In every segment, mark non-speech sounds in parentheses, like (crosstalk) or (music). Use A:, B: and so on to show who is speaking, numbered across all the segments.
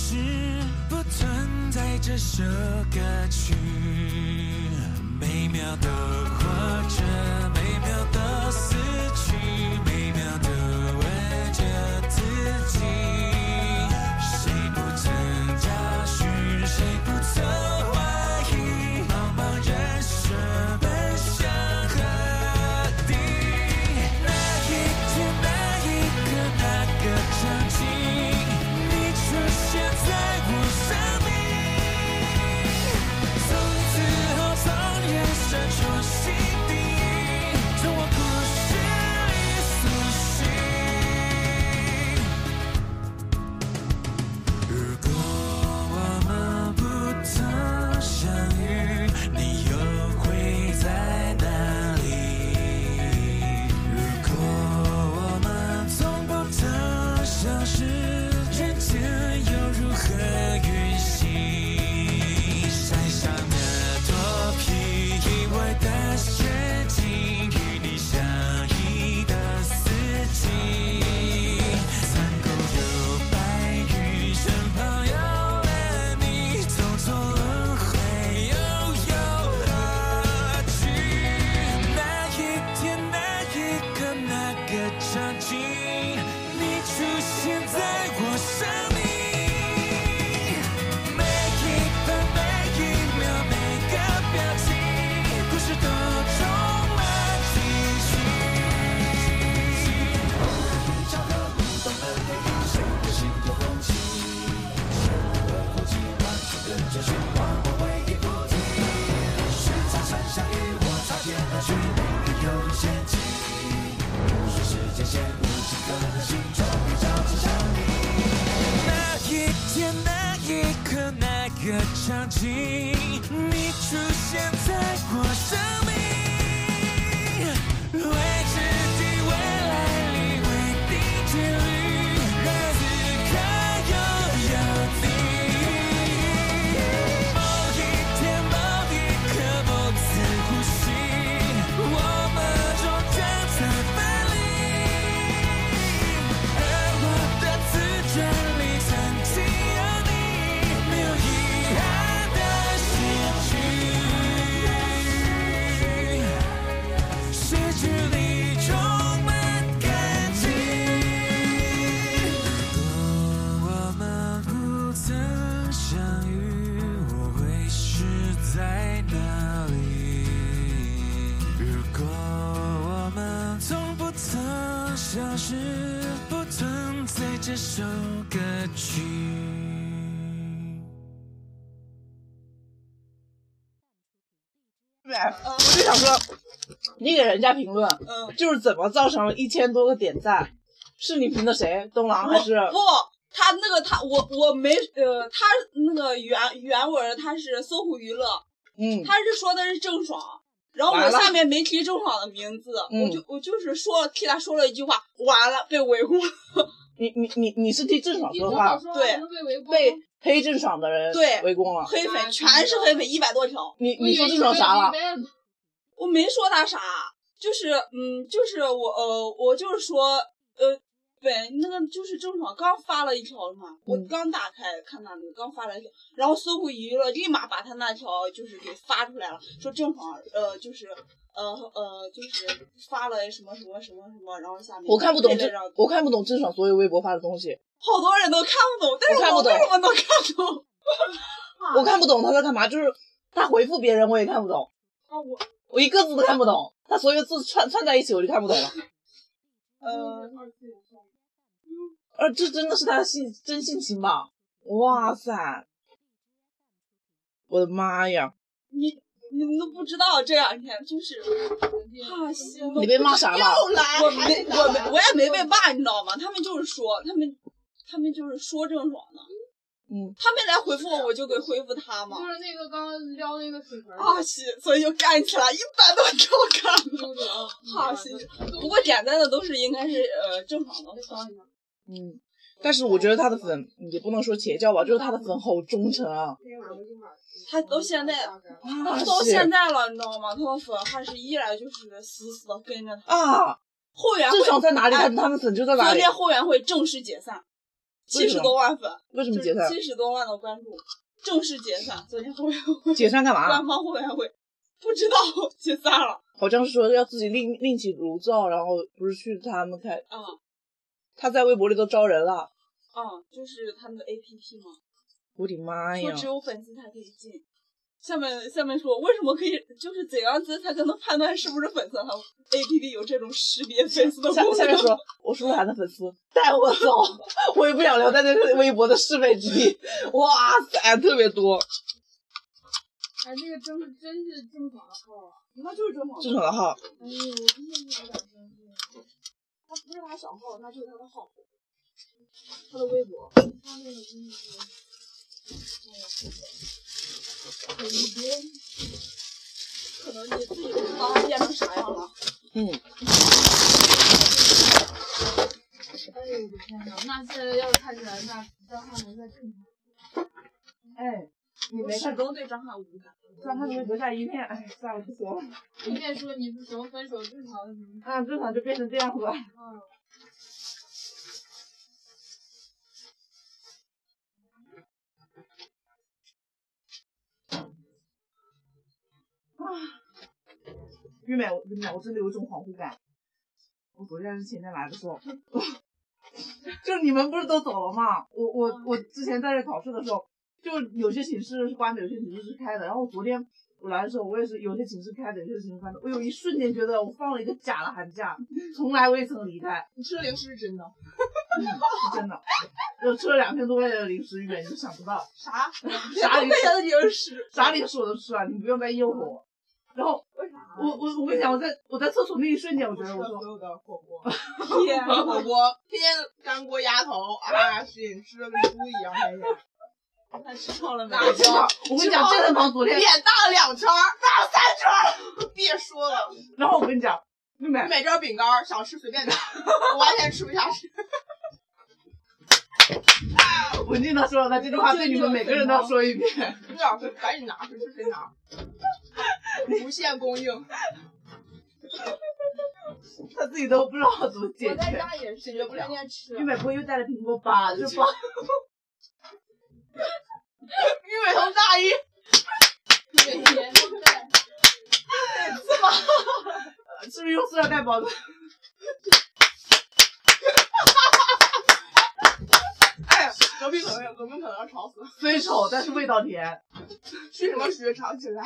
A: 是不存在这首歌曲，每秒都活着，每秒都死去，每秒都问着自己，谁不曾嘉许，谁不曾怀疑，茫茫人生奔向何地？那一天，那一刻，那个场景，你出现在我生命。从此后，从人生重新定义，从我故事里苏醒。如果我们不曾相遇，你又会在哪里？如果我们从不曾相识，人间又如何运行？晒上的脱皮，意外的雪景，与你相依的四季。残酷有白云，身旁有了你，匆匆轮回又有何惧？那一天，那一刻，那个场景，你出现在我生命。每一分每一秒，每个表情，故事都充满情绪。找到不同的黑影，谁的心有风起？生活呼吸完全跟着循环，我回忆不停。是擦身相遇，我擦肩而去，每个有人陷阱。无数时间线，无尽可能性，终于找到相你。那一天，那一刻，那个场景，你出现在我生命，未知的未来里，未定之旅，让此刻拥有你。某一天，某一刻，某次呼吸，我们终将再分离。而我的自传里曾经有你，没有遗憾的失去，失去里充满感激。如果我们不曾相遇，我会是在哪里？如果我们从不曾相识，不存在这首歌曲。
B: 对，呃我就想说，你给人家评论，
C: 嗯，
B: 就是怎么造成了一千多个点赞？是你评的谁？东郎还是？
C: 不，他那个他我我没呃，他那个原原文他是搜狐娱乐，
B: 嗯，
C: 他是说的是郑爽，然后我
B: 完了
C: 下面没提郑爽的名字，
B: 嗯
C: 我就我就是说替他说了一句话，完了被
B: (laughs)
C: 维护了，
B: 你你你你是替郑爽
D: 你
B: 说
D: 多
B: 话
D: 少，说
C: 对
D: 我们被围攻，
B: 被黑郑爽的人
C: 对
B: 围攻了。
C: 黑粉全是黑粉一百多条，
B: 你
D: 我
B: 你
D: 以
B: 说
D: 为
B: 郑
D: 你
B: 爽
D: 被
B: 啥了？
D: remember 呢
C: 我没说他啥，就是嗯，就是我呃，我就是说呃。本那个就是郑爽刚发了一条嘛，我
B: 嗯
C: 刚打开看他那个刚发了一条，然后搜狐娱乐立马把他那条就是给发出来了，说郑爽呃就是呃呃就是发了什么什么什么什么，然后下面
B: 我看不懂
C: 配了
B: 郑
C: 张，
B: 我看不懂郑爽所有微博发的东西，
C: 好多人都看不懂，但
B: 我
C: 是
B: 看不
C: 我
B: 懂
C: 为什么能看懂？ (laughs)
D: 啊
B: 我看不懂他在干嘛，就是他回复别人我也看不懂，
C: 啊，我
B: 我一个字都看不懂，他所有字串串在一起我就看不懂了。
C: 呃，
B: 呃，这真的是他的性真性情吧？哇塞，我的妈呀！
C: 你你们都不知道这两天就是啊，行，
B: 你被骂啥了？嗯
C: 又来，我没我没我也没被骂，你知道吗？他们就是说他们他们就是说郑爽呢，
B: 嗯，
C: 他们来回复我，我就给回复他嘛
D: 就。是那个刚刚撩那个水盆儿
B: 哦
C: 啊，行，所以就干起来，一百多条干了。
D: 溜
B: (laughs)
D: 溜啊，
C: 啊，行， (laughs) 不过点赞的都是应该是呃郑爽的粉，
B: 嗯，但是我觉得他的粉也不能说邪教吧，就是他的粉好忠诚
C: (laughs)
B: 啊！
C: 他到现在
B: 啊
C: 到
B: 是
C: 现在了，你知道吗？他的粉还是依然就是死死的跟着他。
B: 啊，
C: 后援
B: 郑爽
C: 会
B: 在哪里？
C: 哎
B: 他他们粉就在哪
C: 昨
B: 里？
C: 天后援会正式解散，
B: 为
C: 七
B: 什
C: 十
B: 么
C: 多万粉，
B: 为什
C: 就
B: 么解
C: 是
B: 散？
C: 七十多万的关注，正式解散。昨天后援会，
B: 解散
C: (laughs)
B: 干嘛
C: 官？方后援会，不知道解散了
B: 好像是说要自己另另起炉灶，然后不是去他们开，
C: 啊
B: 他在微博里都招人了。
C: 啊，就是他们的 APP 嘛，
B: 我的妈
C: 说
B: 呀！
C: 只有粉丝才可以进。下面下面说为什么可以，就是怎样子才能判断是不是粉丝？他 A P P 有这种识别粉丝
B: (laughs)
C: 的
B: 下
C: 功能。
B: 下面说，我是鹿晗的粉丝，带我走， (laughs) 我也不想留在这个微博的是非之地。哇塞，特别多，
D: 哎，这个真是真是正常的号啊！
C: 那就是正好，
B: 这种的号，
D: 哎呦，我真的是有点生气。
C: 他不是他小号，那就是他的号，他的微博。
D: 他那个真的是，哎
C: 可能你自己都不知道他变成啥样了。
B: 嗯，
D: 哎呦我的天呐，那现在要是看起来，那张翰能再正常？
B: 哎，你
C: 我始终对张翰无感。
B: 让他们留下一片，哎，算了，不行了，
D: 随便说你不行，分手正常的什么？
B: 啊，正常就变成这样子了。
D: 啊，
B: 玉美，我真的，我真的有一种恍惚感。我昨天还是前天来的时候， (laughs) 就是你们不是都走了吗？我我我之前在这考试的时候，就有些寝室是关的，有些寝室是开的。然后昨天我来的时候，我也是有些寝室开的，有些寝室关的。我有一瞬间觉得我放了一个假的寒假，从来未曾离开，
C: 你吃的零食是真的？
B: 是真的。 (laughs) 就吃了两天多的零食，远就想不到。
C: 啥？ (laughs)
B: 啥零食
C: 的零食？
B: 啥零食我都吃了，你不用再诱惑我。然后
C: 为啥？
B: 我我我跟你讲，我在我在厕所那一瞬间，我觉
E: 我吃
B: 得我
E: (laughs) 了
B: 说
E: 所有的火锅，
C: (laughs) 天啊！
E: 火锅，天天干锅鸭头，啊，是吃的跟猪一样哎开
C: (laughs) 他
E: 心。
C: 吃胖了没？
E: 辣
B: 我
E: 椒，
B: 跟你讲，健身房昨天
E: 脸大了两圈儿，大了三圈儿，别说了。
B: (laughs) 然后我跟你讲，妹妹，
E: 每张饼干想吃随便拿，我完全吃不下去。
B: 我经常说了，他这句话对你们每个人都要说一遍。
E: 你老师赶紧拿，谁吃谁拿，无限供应，
B: 他自己都不知道怎么解
D: 我在
B: 决。
D: 家也是，
E: 解决不了
D: 天天吃
B: 妹。妹不会又带了苹果吧？就是
E: (laughs)
B: 吧？
E: 玉美从大一
D: 每天都在
B: 是不是用塑料盖包的？
E: (laughs) 哎，隔壁朋友，隔壁朋友要吵死了，
B: 虽丑，但是味道甜。
E: 去什么学吵起来？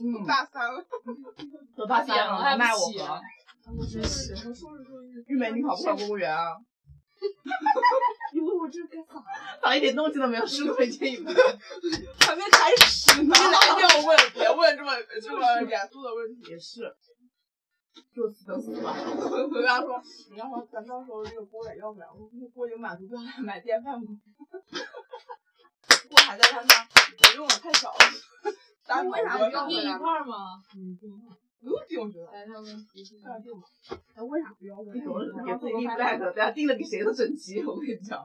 B: 嗯，
E: 大三了，哎
B: 都大三了，还卖我
E: 啊
B: 吗？
D: 我说是，我说是说是。
B: 玉梅，你考不考公务员
E: (laughs)
B: 啊？ (laughs)
C: 以为我这该咋了？
B: 咋一点动静都没有？是不是建议不？
E: 还没开始呢。 (laughs) 你来就要问，别问这么这么严肃的问题。
B: 也是，就此等死吧。
E: (laughs) 我跟他说，你要说咱到时候这个锅也要不了，我那锅已经满足不了买电饭锅。锅还在他那，我用的太少了。单
D: 为啥
E: 买锅
D: 要订一块儿吗？
E: 嗯，对不用订，我觉得。
D: 来，他们提醒
E: 不要订吧。哎，为啥不要问？
B: 有的给自己立 flag，等下定了比谁都整齐。我跟你讲，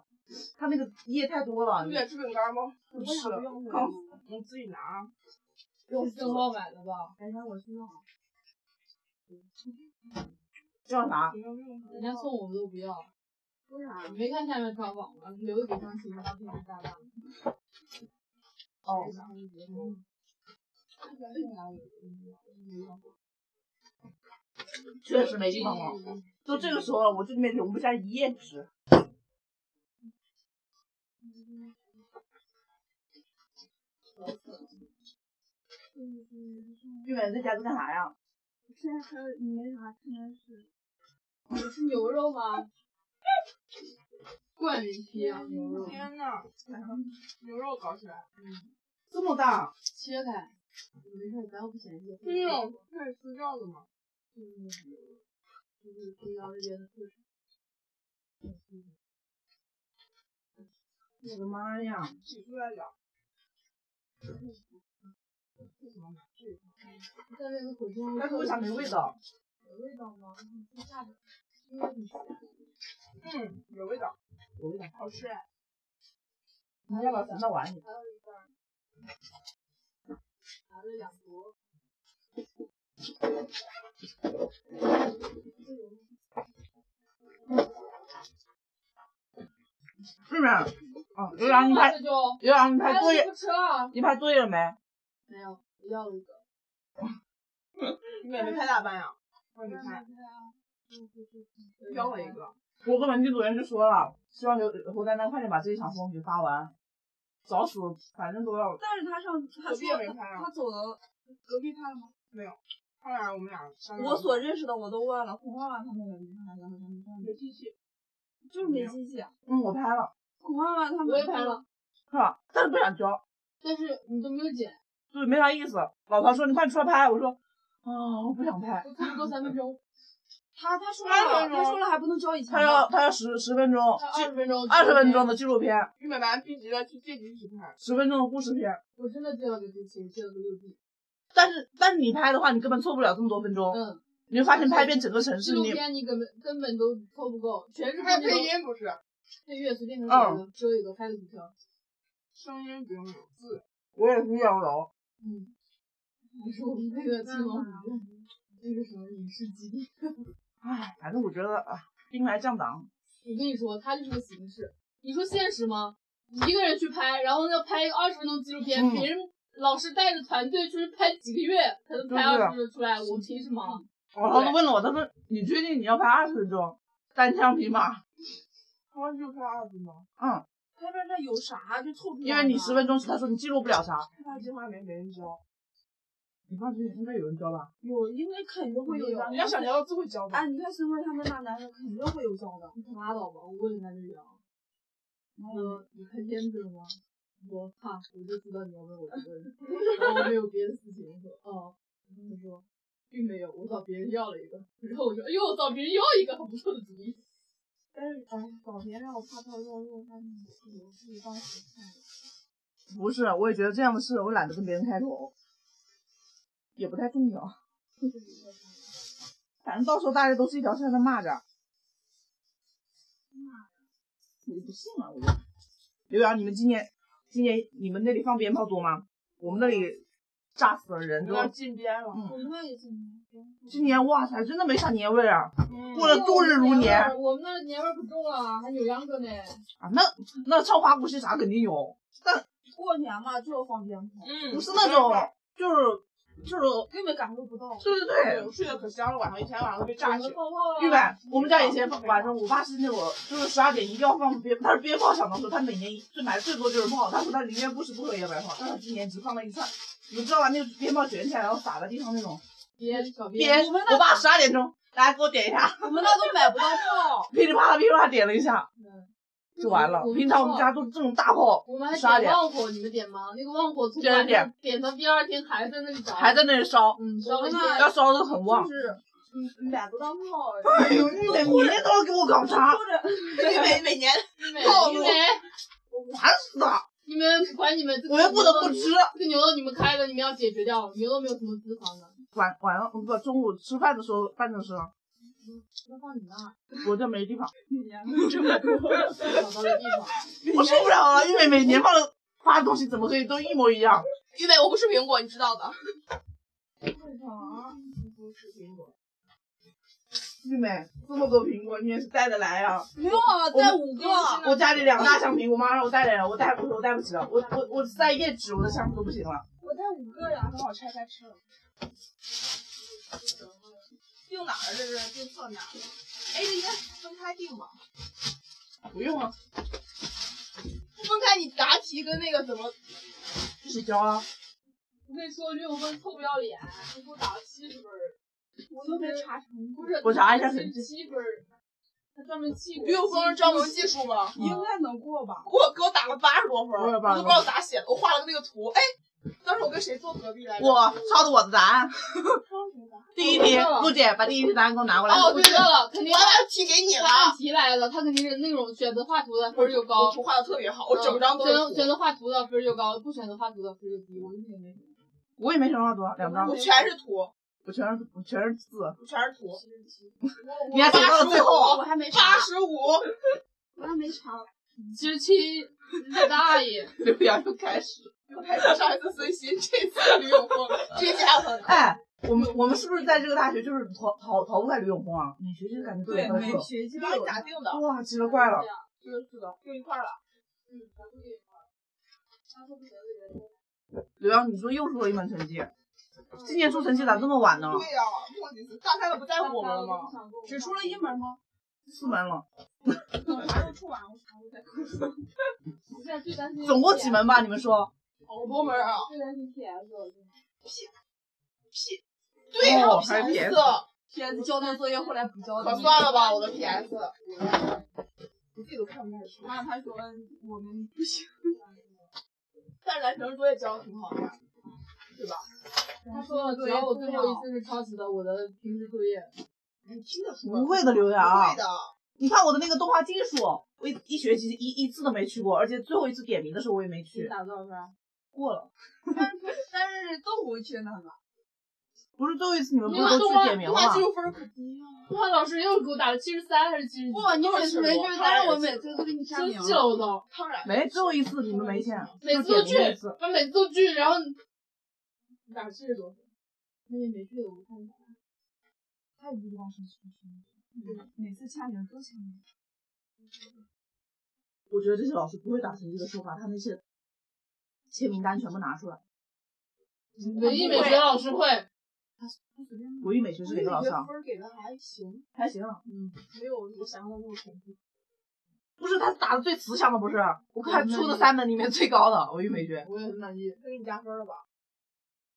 B: 他那个叶太多了。
E: 对，吃饼干吗？
B: 不是
E: 为啥不要问？你自己拿。
D: 是郑浩买的吧？
E: 改天我去弄。
B: 叫啥？
E: 不要用。
D: 人家送我们都不要。
E: 为啥？
D: 你没看下面专访吗？留的给张琪，张琪是大大。
B: 哦，确实没地方了。都这个时候了，我这里面容不下一页纸。玉美在家都干啥呀？
C: 现在还有你没啥看电视？
D: 你是牛肉
B: (laughs)
D: 吗？灌里皮啊，牛
B: 嗯
D: 肉
E: 天呐，牛肉搞起来。
B: 这么大，
D: 切开。嗯没事，咱又不嫌弃。
B: 哎
E: 这种可以吃掉的吗？
D: 嗯，就是平常这边的特产。
B: 我的妈呀！
E: 挤出来点儿。
D: 但那个火锅，
B: 嗯但是为啥没味道？
D: 有味道吗？你下边，因为你
E: 嗯，有味道，
B: 有味道。
E: 好吃。哎
B: 你要不要咱到碗里？
D: 还有一半儿，拿着两坨。
B: 是
E: 嗯
B: 没？啊，有俩你拍，
D: 这就哎
B: 有俩你拍
D: 还有
B: 作
D: 一
E: 哎
B: 业，
D: 部车啊，
B: 你拍作业了没？
D: 没有，要了一个。
E: 你妹妹拍大班呀？我给你拍，
D: 啊对
E: 标了一。个。
B: 我跟文具主任就说了，希望刘侯丹丹快点把这一场风给发完，早死反正都要。
C: 但是他上他
E: 隔壁也没
C: 说
E: 拍啊
C: 他走了，隔壁拍了吗？
E: 后来我们俩商量，
C: 我所认识的我都问了，红花花他们也没拍，然后他们
E: 没机器，
C: 就是没机器。
B: 嗯，我拍了，
C: 啊红花花他们
D: 我也拍了，
B: 是吧？但是不想交，
D: 但是你都没有剪，
B: 对，没啥意思。老唐说你快出来拍，我说啊，我不想拍。
D: 我差不多三
B: (laughs)
D: 分钟，
C: 他他说
E: 他
C: 了，
E: 说
C: 他说了还不能交以前
B: 他要
E: 嗯
C: 的，
B: 他要十十分钟，
D: 二十分钟，
B: 二十分钟的纪录片，
E: 玉美白逼急了去借机器拍，
B: 十分钟的故事片。
D: 我真的借了个机器，借了个六 D。
B: 但是但是你拍的话，你根本凑不了这么多分钟，
D: 嗯，
B: 你会发现拍遍整个城
D: 纪
B: 市，
D: 录
B: 你
D: 片你根本根本都凑不够，全是
E: 还有
D: 自己
E: 配
D: 都
E: 音不是，
D: 配乐随便
B: 哦
D: 能找的，只有一个拍了几条。
E: 声音不用有字，
B: 我也是妖娆。
D: 嗯，你说我们那个青龙
E: 嗯
D: 湖，那个什么影视基地，
B: 唉，反正我觉得啊，兵来将挡，
D: 我跟你说，它就是个形式。你说现实吗？你一个人去拍，然后要拍一个二十分钟纪录片，
B: 嗯
D: 别人老师带着团队去拍几个月才能
B: 对对
D: 拍二十分钟出来，我凭什么？
B: 老唐都问了我，他说你确定你要拍二十分钟单枪匹马？
E: 他们就拍二十分钟，
B: 嗯，
C: 他说这有啥就凑不了
B: 因为你
C: 嘛
B: 十分钟，他说你记录不了啥。
E: 害怕计划没没人教，
B: 你放心，应该有人教吧？
C: 有，因为肯定会有的。
E: 你要想聊到自会教吧
C: 哎，。你看孙慧他们那男的肯定会有招的。
D: 你可拉倒吧，我问人家就聊。
C: 嗯
D: 我你看片子了吗？我怕，我就知道你要问我这个问题。然后我没有别的事情，我说哦，然后他说并没有，我找别人要了一个。然后我说哎呦，我找别人要一个，很不错的主意。
E: 但是哎，
C: 嗯
E: 早年让我怕他乱入，他们我是当时看的。
B: 不是，我也觉得这样的事，我懒得跟别人开口，也不太重
E: (laughs)
B: 要。反正到时候大家都是一条线在骂着。我就不信了，我就。刘洋，你们今年今年你们那里放鞭炮多吗？我们那里炸死了人
E: 你
B: 都。
E: 要禁鞭了，
B: 嗯，
C: 我们那也是年
B: 今年哇塞，真的没啥年味儿啊！过
E: 嗯，
B: 了度日如年
D: 我们那年味儿可重了，还扭秧歌呢。
B: 啊，那那唱花鼓戏啥肯定有，
C: 过年嘛就要放鞭炮，
B: 不是那种就是就是，
C: 根本感受不到。
B: 对对对，
E: 我睡得可香了，晚上一天晚上都被炸
D: 我
E: 醒
B: (laughs)
D: 们。泡泡啊！
B: 玉柏，我们家以前晚上我爸是那种，就是十二点一定要放鞭，他是鞭炮响的时候，他每年最买的最多就是炮，他说他宁愿不吃不喝也买炮，但他今年只放了一串，你们知道吧？那个鞭炮卷起来然后撒在地上那种
D: 别小
B: 鞭，
D: 编，
B: 我爸十二点钟，大家给我点一下，
C: 我们那都买不到炮，
B: 噼里啪啦噼里啪啦点了一下
D: 嗯
B: 就完了。平常我们家都是这种大炮，
D: 我们还
B: 12
D: 点
B: 点
D: 旺火，你们点吗？那个旺火从
B: 点
D: 晚上
B: 点
D: 点到第二天还在那里着，
B: 还在那里烧，
D: 嗯烧了一
C: 我
D: 天
C: 们。
B: 要烧的很旺
C: 就。是嗯买不到炮。
B: 哎呦，玉美，明天都要给我搞砸， (laughs)
C: 因为每年
D: 你们
B: 泡沫
D: 你们
B: 烦死了！
D: 你们管你们这个
B: 我又不得不吃，
D: 这个牛肉你们开的，你们要解决掉，牛肉没有什么脂肪的。
B: 晚晚上不中午吃饭的时候办正事了，
D: 那放你那儿，
B: 我这没地方。
D: 找到了地方。
B: (laughs) 我受不了了，因为每年放的发的东西怎么可以都一模一样？
F: (laughs) 玉美，我不吃苹果，你知道的。
B: 玉美，这么多苹果，你也是带得来啊！
C: 没有啊，带五个，
B: 我家里两大箱苹果，妈让我带来了，我带不起，我带不起了，我我我塞页纸，我的箱子都不行了。
C: 我带五个呀。
E: 刚好拆开吃了。定哪儿这是？定侧面儿。哎，这应该分开定吧？
B: 不用啊，
F: 分开你答题跟那个怎么？
B: 就是胶啊。
D: 我跟你说，六分臭不要脸，我给我打了七十分儿，
C: 我都
B: 嗯
C: 没查成
D: 不是，
B: 我查一下成绩
D: 七分儿，他专门记过
F: 六分专门技术吗？
C: 应该能过吧？
F: 给我给我打了八十多分儿，
B: 我也
F: 我
B: 80
F: 都不知道咋写的。我画了个那个图，哎，当时我跟谁坐隔壁来着？
B: 我抄的我的答案。第一题，陆姐把第一题答案给我拿过来。
D: 哦，我知道了，肯定
F: 我还把题给你了。
D: 他按题来了，他肯定是那种选择画图的分儿就
F: 我嗯
D: 高，嗯
F: 图画的特别好，我整张都
D: 选
F: 是
D: 择选
F: 图，
D: 择画图的分儿就高，不选择画图的分儿就低。我一点没
B: 我也没想到多少，两张
F: 我，全是图，
B: 我全是我全是字。
F: 我全是图。
B: 嗯你还写到了最后， (laughs)
C: 我还没
F: 八
C: 查，
F: 十五，
C: 我还没查。
D: 十七，你大爷！
B: 刘洋又开始。
F: 又开始上一次孙鑫，这次吕永峰，这次还很
B: 哎，我们我们是不是在这个大学就是逃逃逃不开刘永峰啊？每学期感觉都有
C: 对，
B: 他的
C: 每
B: 课。
C: 学期都
F: 刚
C: 有
F: 你。咋定的？
B: 哇，奇了怪了！
E: 是的，是的，就一块儿了。
D: 嗯
B: 刘洋，你说又出了一本成绩，今年出成绩咋这么晚呢？
E: 对呀、莫里斯大家都不在乎我们了吗？
C: 只出了一门吗？
B: 出门了，
E: 我还是出完了，
D: 我现在最担心
B: 总共几门吧？你们说？
E: 好多门啊！
D: 最担心 PS，
E: 对，还有
B: 哦还有
E: PS，
C: 天，交那作业后来不交
E: 可算了吧，我的 PS。
D: 我自己都看不下去。
E: 妈，他说我们不行。但是咱平时作业交的挺好的呀，
D: 他说只要我最后一次是抄袭的，我的平时作业
E: 你听得出来。
B: 不会的，刘
E: 不
B: 洋
E: 会，的，
B: 你看我的那个动画技术，我一一学期一一次都没去过，而且最后一次点名的时候我也没
D: 你
B: 去，
D: 打多少分啊？
B: 过了。
E: 但是豆腐去那个，
B: 不是最后一次你们不
D: 你
B: 是都
D: 们动
B: 去
D: 画
B: 点名了
E: 动画
B: 吗
E: 技？术分儿可低啊。
D: 动画老师又给我打了七十三还是七十几？
C: 不，你每次没去
E: 我，看
C: 但是
E: 了
C: 我
E: 也是
C: 每次都给你签
D: 生
C: 名
D: 气了
C: 了。
D: 我都，
E: 当然，
B: 没，最后一次你们没见，
D: 每次
B: 就
D: 都去
B: 点名一次，
D: 我每次都去，然后打七十多分，那也没去的，我看一下。
E: 太不知道是什么。每次掐名都掐名，
B: 我觉得这些老师不会打成绩的说法，他那些签名单全部拿出来。
D: 文艺美学老师会，啊
B: 国艺美学是哪个老师啊？
E: 分儿给的还行，嗯
B: 还行，
E: 没有我想象的那么恐怖。
B: 不是他打的最慈祥的，不是？我看
E: 嗯
B: 出的三门里面最高的国艺美学，
D: 哎我也很满意。
E: 那给你加分了吧？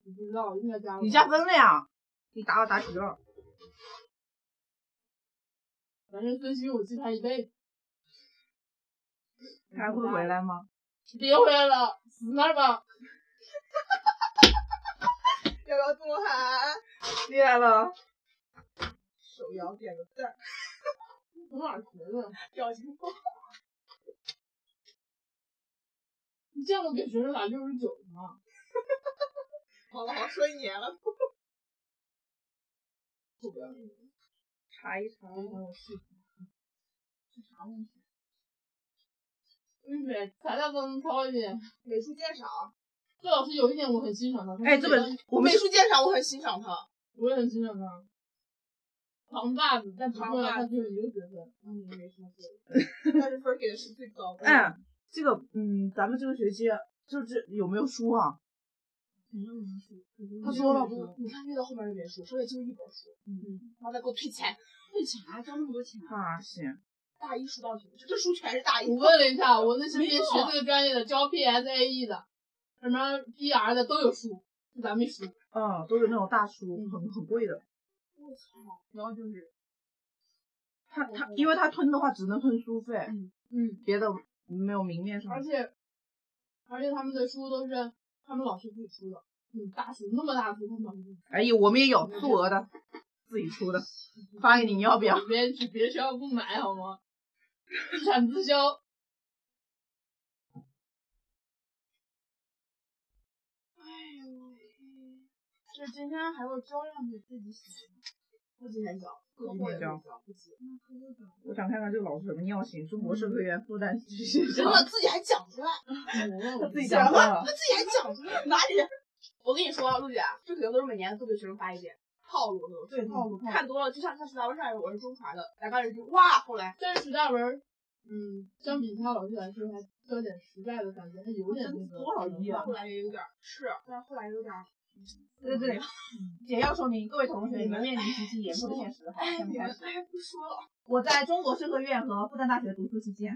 D: 我不知道应该加了
B: 你加，分了呀？你打了打几个？
D: 反正分心我记他一辈子。
B: 他还会回来吗？
D: 别回来了，死那儿吧！
E: 要不要杜涵？
B: 厉害了，
E: 手摇点个赞，
D: 从哪儿学的？
E: 表情包。
D: 你见过给学生打六十九的吗？
E: 好了，好说一年了。
B: 查一查。
D: 文艺美材料都能抄一遍。
E: 美术鉴赏，
D: 这老师有一点我很欣赏他，他
B: 哎，这
D: 写的
B: 本我
E: 美
B: 们
E: 术鉴赏我很欣赏他。
D: 我也很欣赏他。扛把子，但不重要，
E: 扛把
D: 他只有一个学分。
E: 嗯，没什么作用但是分儿给的是最高的。
B: 哎，这个嗯，咱们这个学期就是有没有书啊？
E: 他说了，你看越到后面越没书，这也就一本书。嗯，妈再给我退钱！啊
C: 为啥交那么多钱？
B: 那行，
E: 大一书到底，这书全是大一
D: 我。问了一下，我那身边学这个专业的，教 PSAE 的，什么 PR 的都有书，咱没书。
B: 嗯，都有那种大书，很很贵的。
E: 然后就是
B: 他他，因为他吞的话只能吞书费，
D: 嗯，
B: 别的没有明面上
D: 而
B: 的。
D: 且而且他们的书都是他们老师自己出的，嗯，大书那么大书，他们老师自己出
B: 哎呀，我们也有素娥的，自己出的，发给你，你要不要？
D: 你别去别学校不买好吗？自产自销。哎
E: 这今天还有交量给自己写，不今天交，过
B: 今天交
E: 不急。
B: 我想看看这老师什么尿性，中国社科院复旦区学
E: 真
B: 校，
E: 的自己还讲出来，
B: 他自己
E: 讲
B: 讲
E: 过
B: 过
E: 了
B: 了。
E: 自己还讲出来，哪里？我跟你说，陆姐，这肯定都是每年都给学生发一遍套路的，对套路看多了，就像像石大文上来我是中传的，来干了一句哇，后来
D: 但是史大文儿，嗯，相比他老师来说，还教点实在的感觉，还有点那个
B: 多少页啊
E: 后来也有点是，但是后来有点
B: 对对对，简要说明，各位同学，你们面临极其严酷的现实。好，下面开始。
E: 不说了。
B: 我在中国社科院和复旦大学读书期间，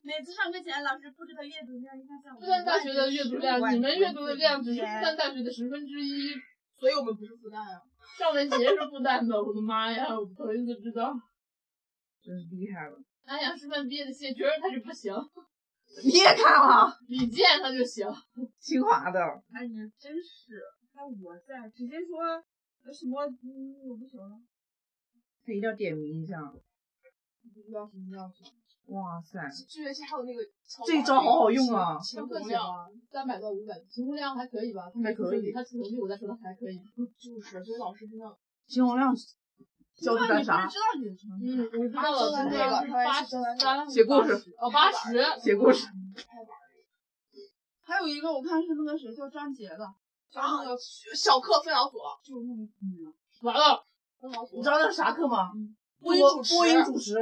C: 每次上课前，老师布置的阅读量一下下午
D: 复旦大学的阅读量，你们阅读的量只是复旦大学的十分之一。
E: 所以我们不是复旦啊，
D: 上文杰是复旦的，我的妈呀，我头一次知道。
B: 真是厉害了。
D: 南洋师范毕业的谢军儿他就不行，
B: 你也看了
D: 李健他就行。
B: 清华的，
E: 哎，你真是，那我在直接说什么，嗯，我不行了，
B: 他一定要点名一下。
E: 不知道什么样子。
B: 哇塞，
E: 这学期还有那个
B: 这一招好好用啊！
E: 秦
D: 要
E: 红
D: 更小
E: 亮，
D: 啊，三百到五百，成功量还可以吧？
B: 还可以
D: 他出成绩我再说他还可以。
E: 就是所以老师真的，
B: 秦洪亮教的干啥？
E: 道你的成绩，
D: 嗯，我知道了，
E: 他
D: 他
E: 那个
D: 是八十三，
B: 写故事
D: 80，哦，八十。
B: 写故事，
C: 还有一个我看是那个谁叫张杰的，
E: 啊，小课分小组，
C: 就是那个女的，
D: 完了，
E: 分小
B: 你
E: 组
B: 知，道那是啥课吗？
E: 嗯播音主持
B: 播音主持，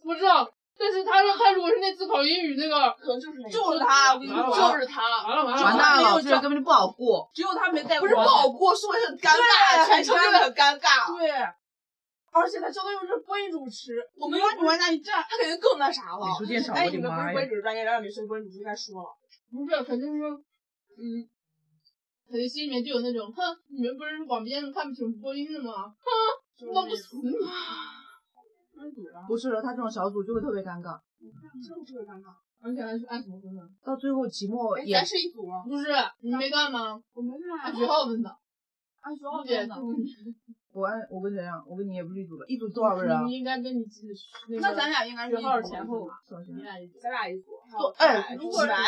D: 不知道但是他说他如果是那次考英语那个，
E: 可能就是那个
G: 就是他，我跟你
D: 完了
G: 说，
D: 完
G: 就
D: 了
G: 是他，
D: 完了完
G: 完
D: 了
E: 啊
D: 完
G: 了
D: 了，
G: 没有
B: 这根本就不好过。
G: 只有他没带
E: 不
G: 过。
E: 是不好过，说是很尴尬，全程就很尴尬。
G: 对，而且他教的又是关于主持，
E: 我们让你往那一站，他肯定更那啥了
B: 美。术鉴赏，
E: 哎，
B: 我
E: 你
B: 的
E: 们不
B: 妈
E: 是
B: 呀
E: 关！主专业，让女生关主应该说了。
D: 不是，肯定说，嗯，肯定心里面就有那种，哼，你们不是往别人看不起我们播音的吗？哼，那不死你吗？
B: 不是的，他这种小组就会特别尴尬，
D: 而且还是按什么分的？
B: 到最后期末
E: 哎，
B: 也
E: 咱是一组啊。
D: 不是，你没干吗？
E: 我们是
D: 按学号分的，
E: 按学
D: 不对，你
B: 我按我跟谁啊？我跟你也不是一组的，一组多少个人啊？
D: 你应该跟你自己那个
E: 那咱俩应该是
D: 学
E: 一
D: 号
E: 组
D: 前后，
B: 算是
D: 你俩一组
E: 咱俩一组。
B: 哦哎
E: 如果然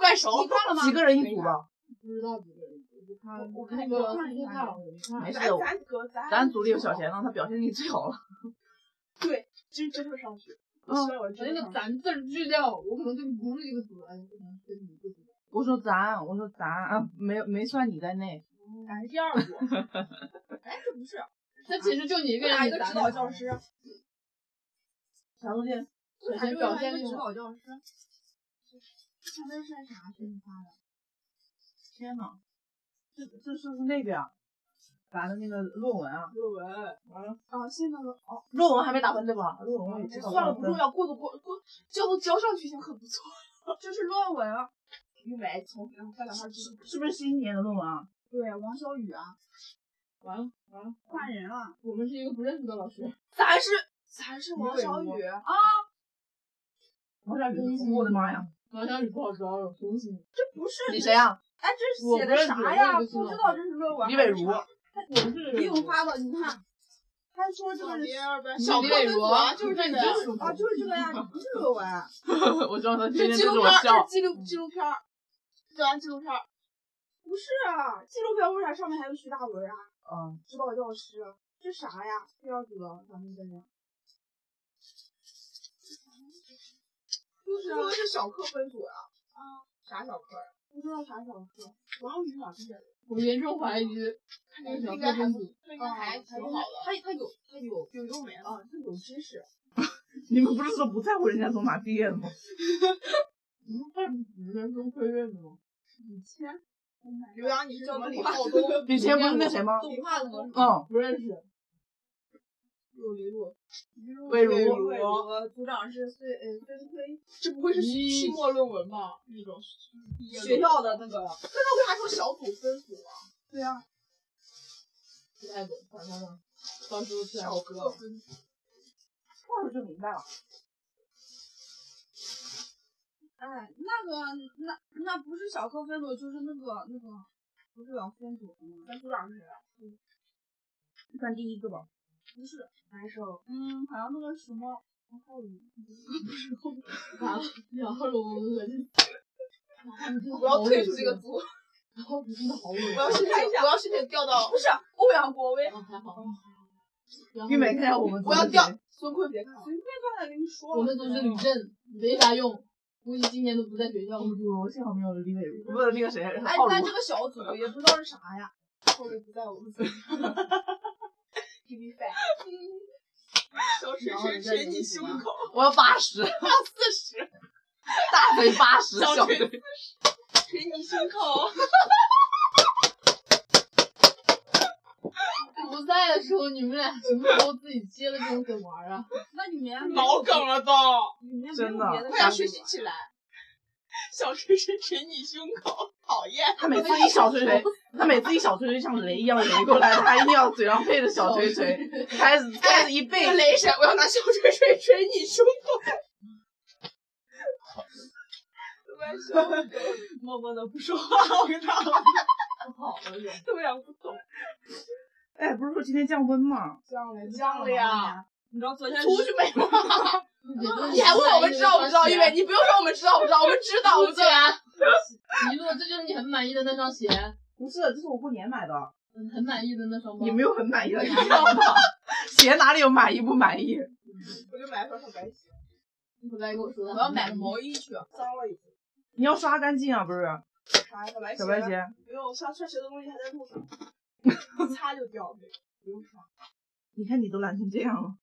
E: 怪熟，你看了
B: 几个人一组吧？
D: 不知道几个人一组，就他
E: 我
D: 那
E: 看
D: 个
E: 我看
D: 苏
E: 看
D: 看了，我没看。
B: 没事
E: 咱咱哥咱
B: 咱组里有小贤呢，他表现力最好了。
E: 真真会上学。
B: 嗯
E: 虽然我
D: 我
E: 真
D: 那
E: 的
D: 个
E: 上
D: 咱字儿去掉，我可能跟你不是一个组，哎，我可能跟你一个组。
B: 我说咱，我说咱啊，没没算你在内。
E: 咱是第二组。哎，不是，
D: 那其实就你一
E: 一
D: 个人，
E: 一个指导教，师，
B: 啥东西？
D: 首先表现
E: 一
D: 力
E: 个指
D: 好。
E: 导教师。前面是啥？
B: 天呐，这这是不是那个呀？咱的那个论文啊，
E: 作文。
B: 完了，哎
E: 啊，现在的哦，
B: 论文还没打分对吧？啊论文我也知道。
E: 算了，不重要，过得过过，交交上去已经很不错了。这是论文啊，玉梅从翻两下知
B: 是不是新年的论文啊？
E: 对，王小雨啊，
D: 完了完了，
E: 换人了。
D: 我们是一个不认识的老师。
E: 咱是咱是王小雨啊，
B: 王小宇，我的妈呀！
D: 王小雨不好招惹，雄心。
E: 这不是
B: 嗯你谁？啊？
E: 哎，这写的啥呀？不知道这是论文。
B: 李伟茹。
D: 我们是
E: 李永发吧，你看，他说这个是
D: 小
E: 小
D: 李
E: 课
D: 伟
E: 分
D: 茹
E: 组啊，就是这个呀
D: 就是
E: 啊，就是这个呀，不是论
B: (laughs)
E: 文，
B: 我知道他
E: 这
B: 天天
E: 是纪
B: 对
E: 录
B: 着我
E: 片儿，
B: 笑 (laughs)
E: 这。是啊纪录纪录片儿，自
C: 啊
E: 然纪录片儿。不是啊，纪录片儿为啥上面还有徐大文啊？
B: 嗯，
E: 指导教师，啊这啥呀？第二组的咱们这
C: 嗯
E: 个。
C: 嗯
E: 就是啊说是小课分组呀？啊，啥小课呀？不知道啥小课。王宇老师
D: 我严重怀疑那个小课分组，
C: 应该还
D: 啊
C: 挺好的。
E: 他他有他有有用没啊？他有知识。
B: (laughs) 你们不是说不在乎人家从哪毕业的吗？
D: 你们看你们中推认的吗？
E: 以前，刘洋，你是什么李浩东？
B: 以前不是那谁吗？
E: 李浩东。
B: 嗯，
D: 不认识。
E: 陆离路，
B: 魏如哦
E: 魏如，组长是孙呃孙推，这不会是
D: 咦
E: 期末论文吧？那种
C: 学
E: 学校的那个，那他为啥说小组分组啊？对啊，
D: 不爱管，管他呢。到时候去。
E: 小哥分组。
B: 话说就明白了。
E: 哎，那个那那不是小课分组，就是那个那个，不是两分组吗？咱组长是谁啊？
B: 算第一个吧。
E: 不是，还是嗯，好像那个什么。后语，
D: 完了，啊然后我恶心。
C: 我要退出这个组，
D: 然后真的好恶心
C: 我。要申请，我要申请调到
E: 不，是欧阳国威，
D: 嗯还好。然后
B: 玉梅看一下我们组
C: 我
B: 的
C: 要
B: 谁，
C: 调
E: 孙坤别看了，孙坤刚才跟你说了，
D: 我们组是吕振，没啥用，估计今年都不在学校了。
B: 我幸好没有李伟茹，不是那个谁，
E: 哎
B: 浩，
E: 但
B: 如
E: 这。个小组也不知道是啥呀。
C: 后面不在我们组。
E: Give me five。
C: 小水水捶你胸口，
B: 我要八十，
C: 四十，
B: 大腿八十，
C: 小
B: 小
C: 腿
B: 腿。
C: 捶你胸口。
D: 不在的时候，你们俩什么时候自己接了这种梗
C: (laughs)
D: 玩啊？
E: 那里面 (laughs)
C: 老梗了都，
E: 里面没有
B: 真的
E: 别的，
C: 快点学习。
E: (laughs)
C: 起来。小锤锤捶你胸口，讨厌。
B: 他每次一小锤锤，他每次一小锤锤像雷一样雷过来，他一定要嘴上配着小锤锤，开始开始一
C: 那
B: 背
C: 个雷神，我要拿小锤锤捶你胸口。
E: 怪笑，默默的不说话，我跟他了，
D: 好了就。
E: 他们俩不懂。
B: 哎，不是说今天降温吗？
E: 降了，
C: 降了呀！
E: 你知道昨天
C: 出去没有？
D: 你
C: 你还问我们知道不知道？因为你不用说我们知道不知道，我们知道。我们
D: 对啊，一路这就是你很满意的那双鞋，
B: 不是，这是我过年买的。
D: 嗯，很满意的那双包。
B: 你没有很满意的，你知道吗？鞋哪里有满意不满意？
E: 我就买了双小白鞋，
D: 你回来跟我说的。
E: 我要买毛衣去，脏了已
B: (laughs)
E: 经。
B: 你要刷干净啊，不是
E: 啥呀？小白鞋？
B: 小白鞋。
E: 没有，像帅鞋的东西还在路上，
C: (laughs)
E: 擦就掉了，不用刷。
B: 你看你都懒成这样了，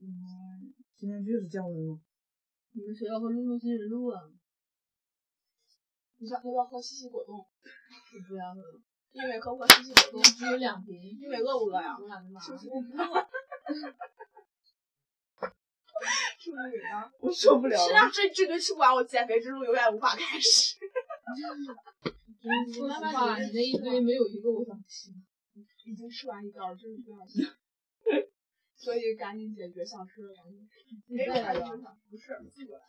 B: 嗯，情景剧是降温吗？
D: 你们谁要喝露露西人露啊？
C: 你想要不要喝西西果冻？
D: 我不要喝，
C: 因为可不喝西西果冻
D: 我，只有两瓶。
C: 因为饿不饿呀？
D: 我懒得买。
C: 是不是？是不是你呢？
B: 我受不了
C: 是啊，这这顿吃不完，我减肥之路永远无法开始。
D: 说实话，你那一堆没有一个我想吃。
C: 已经吃完一袋儿，真是不想吃。 (laughs) 所以赶紧解决想吃的东西。
D: 你再
C: 来
D: 来一
C: 一
D: 个。
C: 个，不是寄过来，